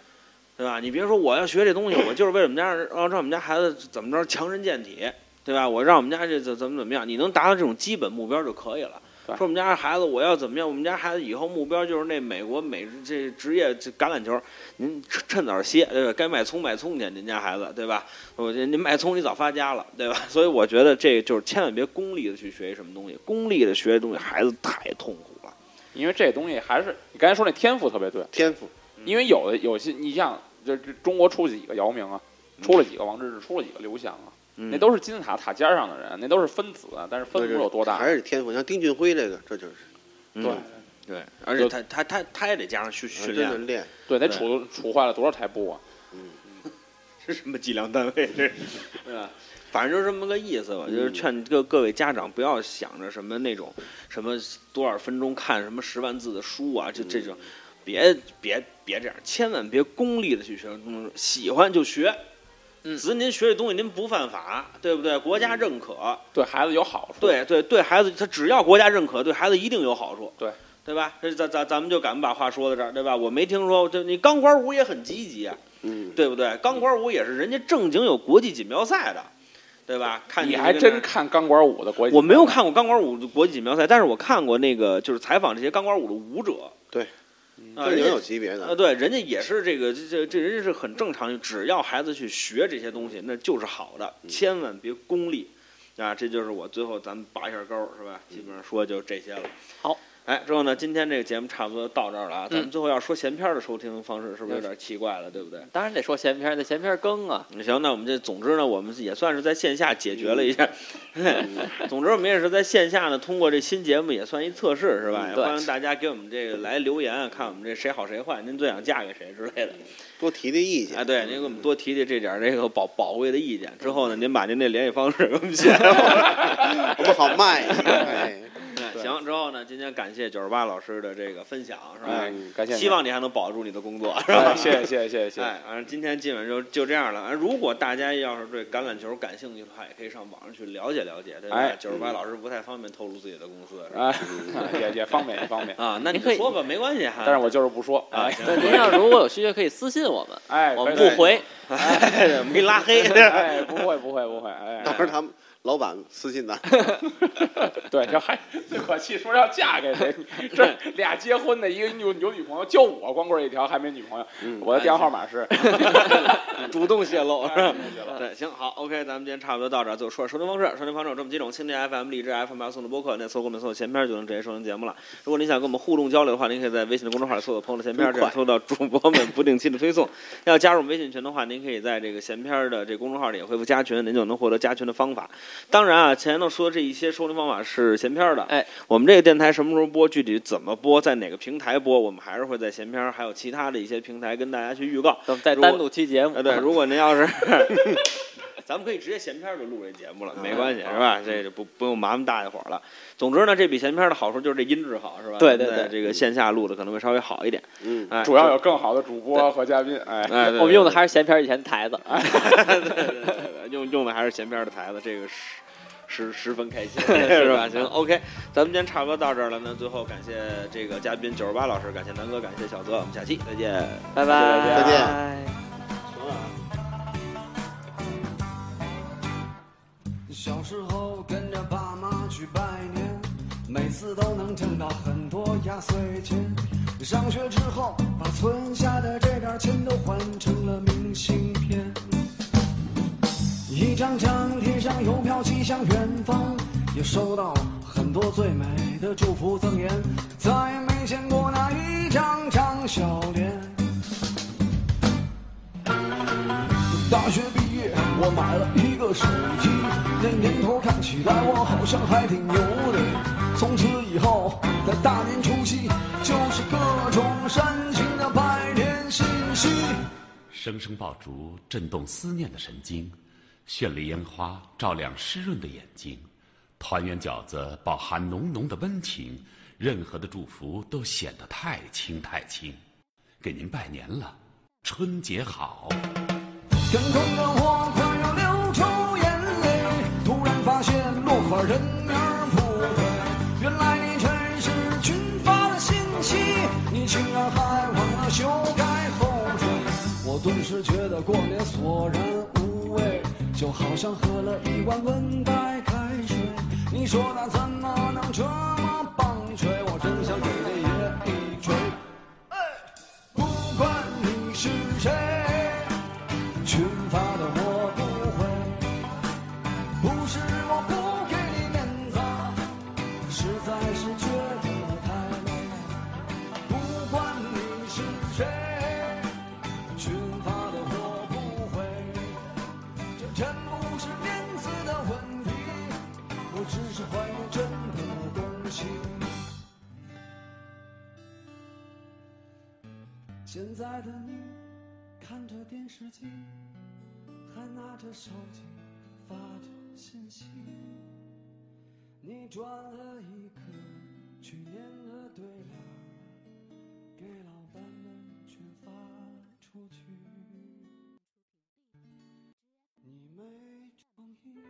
对吧？你别说我要学这东西，我就是为我们家让让我们家孩子怎么着强身健体，对吧？我让我们家这怎怎么怎么样，你能达到这种基本目标就可以了。对说我们家孩子我要怎么样，我们家孩子以后目标就是那美国美这职业这橄榄球，您趁趁早歇，对吧？该卖葱卖葱去，您家孩子对吧？我这您卖葱你早发家了，对吧？所以我觉得这就是千万别功利的去学一什么东西，功利的学这东西孩子太痛苦了。因为这东西还是你刚才说那天赋特别对，天赋，因为有的有些，你像这这中国出几个姚明啊，出了几个王治郅，出了几个刘翔啊，嗯那都是金字塔塔尖上的人，那都是分子，啊，但是分对母对有多大？还是天赋，像丁俊晖这个，这就是嗯对对，啊而且他他他他也得加上训训真练的。练，对，得对杵杵坏了多少台布啊？嗯， 这什么计量单位？这是，嗯反正就是这么个意思吧，嗯就是劝各各位家长不要想着什么那种什么多少分钟看什么十万字的书啊，就这种，别别别这样，千万别功利的去学东西，喜欢就学。嗯只是您学这东西您不犯法，对不对？国家认可，对孩子有好处。，对对对孩子，他只要国家认可，对孩子一定有好处，对对吧？这咱咱咱们就敢把话说到这儿，对吧？我没听说，这你钢管舞也很积极啊，嗯，对不对？钢管舞也是人家正经有国际锦标赛的，对吧？看你这还个真看钢管舞的国际？我没有看过钢管舞的国际锦标赛，但是我看过那个就是采访这些钢管舞的舞者，对啊，这人也家有级别啊，的，对，人家也是这个，这这这人家是很正常，只要孩子去学这些东西，那就是好的，千万别功利啊！这就是我最后咱们拔一下钩儿，是吧？基本上说就这些了。好，哎，之后呢，今天这个节目差不多到这儿了啊，咱们嗯最后要说闲篇儿的收听方式，是不是有点奇怪了，对不对？当然得说闲篇儿，那闲篇儿更啊，行，那我们这总之呢，我们也算是在线下解决了一下。嗯嗯总之，我们也是在线下呢，通过这新节目也算一测试，是吧？嗯也对欢迎大家给我们这个来留言，啊看我们这谁好谁坏，您最想嫁给谁之类的。多提提意见哎，。对，您给我们多提提这点儿这个宝宝贵的意见。之后呢，您把您那联系方式给我们写上。 我们好卖。哎，哎行，之后呢，今天感谢九十八老师的这个分享，是吧哎？感谢你，嗯希望你还能保住你的工作，是吧？哎谢谢谢谢谢谢谢谢。哎，反正今天基本就就这样了。啊如果大家要是对橄榄球感兴趣的话，也可以上网上去了解了解，对吧哎？九十八老师不太方便透露自己的公司，是吧哎，也也方便也方便，啊，那你你可以说吧，没关系哈。但是我就是不说。啊哎行 对，您要如果有需求可以私信我们，哎，我们可以不。回， 我们给你拉 黑。哎，不会不会不会，哎，到时候他们老板私信咱，对，这还最可气，说要嫁给谁？ 这嗯俩结婚的，一个有有女朋友，就我光棍一条，还没女朋友。嗯我的电话号码是，哎主动泄 露。是吧哎谢谢了对，行好，OK，咱们今天差不多到这儿。就说收听方式，收听方式有这么几种：蜻蜓 FM、荔枝 FM、八送的播客，那搜我们搜闲篇儿就能直接收听节目了。如果您想跟我们互动交流的话，您可以在微信的公众号里搜索“朋友的闲篇儿”，这样收到主播们不定期的推送。要加入我们微信群的话，您可以在这个闲篇儿的这公众号里回复加群，您就能获得加群的方法。当然啊，前头说这一些收听方法是闲篇儿的，哎，我们这个电台什么时候播，具体怎么播，在哪个平台播，我们还是会在闲篇儿还有其他的一些平台跟大家去预告。我们再如果单独期节目 啊，。 对，如果您要是，咱们可以直接闲篇儿就录这节目啊了，没关系，是吧？这就不不用麻烦大家伙儿了。总之呢，这比闲篇儿的好处就是这音质好，是吧？对对咱们在对这个线下录的可能会稍微好一点。嗯，哎，主要有更好的主播和嘉宾。哎， 哎，对我们用的对还是闲篇儿以前的台子，哎对对对对，用用的还是闲篇儿的台子，这个十十十分开 心，是吧？行，OK，咱们今天差不多到这儿了。那最后感谢这个嘉宾九十八老师，感谢南哥，感谢小泽，我们下期再见。拜拜，再见行了啊。小时候跟着爸妈去拜年，每次都能挣到很多压岁钱。上学之后，把存下的这点钱都换成了明信片。一张张贴上邮票，寄向远方，也收到很多最美的祝福赠言，再没见过那一张张笑脸。大学毕业，我买了一个手机，那年头看起来我好像还挺牛的。从此以后，在大年除夕，就是各种煽情的拜年信息。声声爆竹震动思念的神经，绚丽烟花照亮湿润的眼睛，团圆饺子饱含浓浓的温情，任何的祝福都显得太轻太轻。给您拜年了，春节好！天空的我快要啊流出眼泪，突然发现落款人名儿不对，原来你这是群发的信息，你啊竟然还忘了修改后缀，我顿时觉得过年索然无味，就好像喝了一碗温带开水，你说他怎么能这么棒槌，我真想给那爷一锤，不管你是谁。群发的我不会，不是我不给你面子，实在是觉得太累。不管你是谁，群发的我不会，这真不是面子的问题，我只是怀念真的东西。现在的你。看着电视机，还拿着手机发着信息，你转了一个去年的对联儿，给老板们全发出去。你没创意，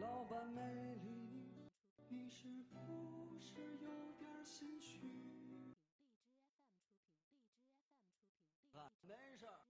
老板没理你，你是不是有点儿心虚？啊，没事儿。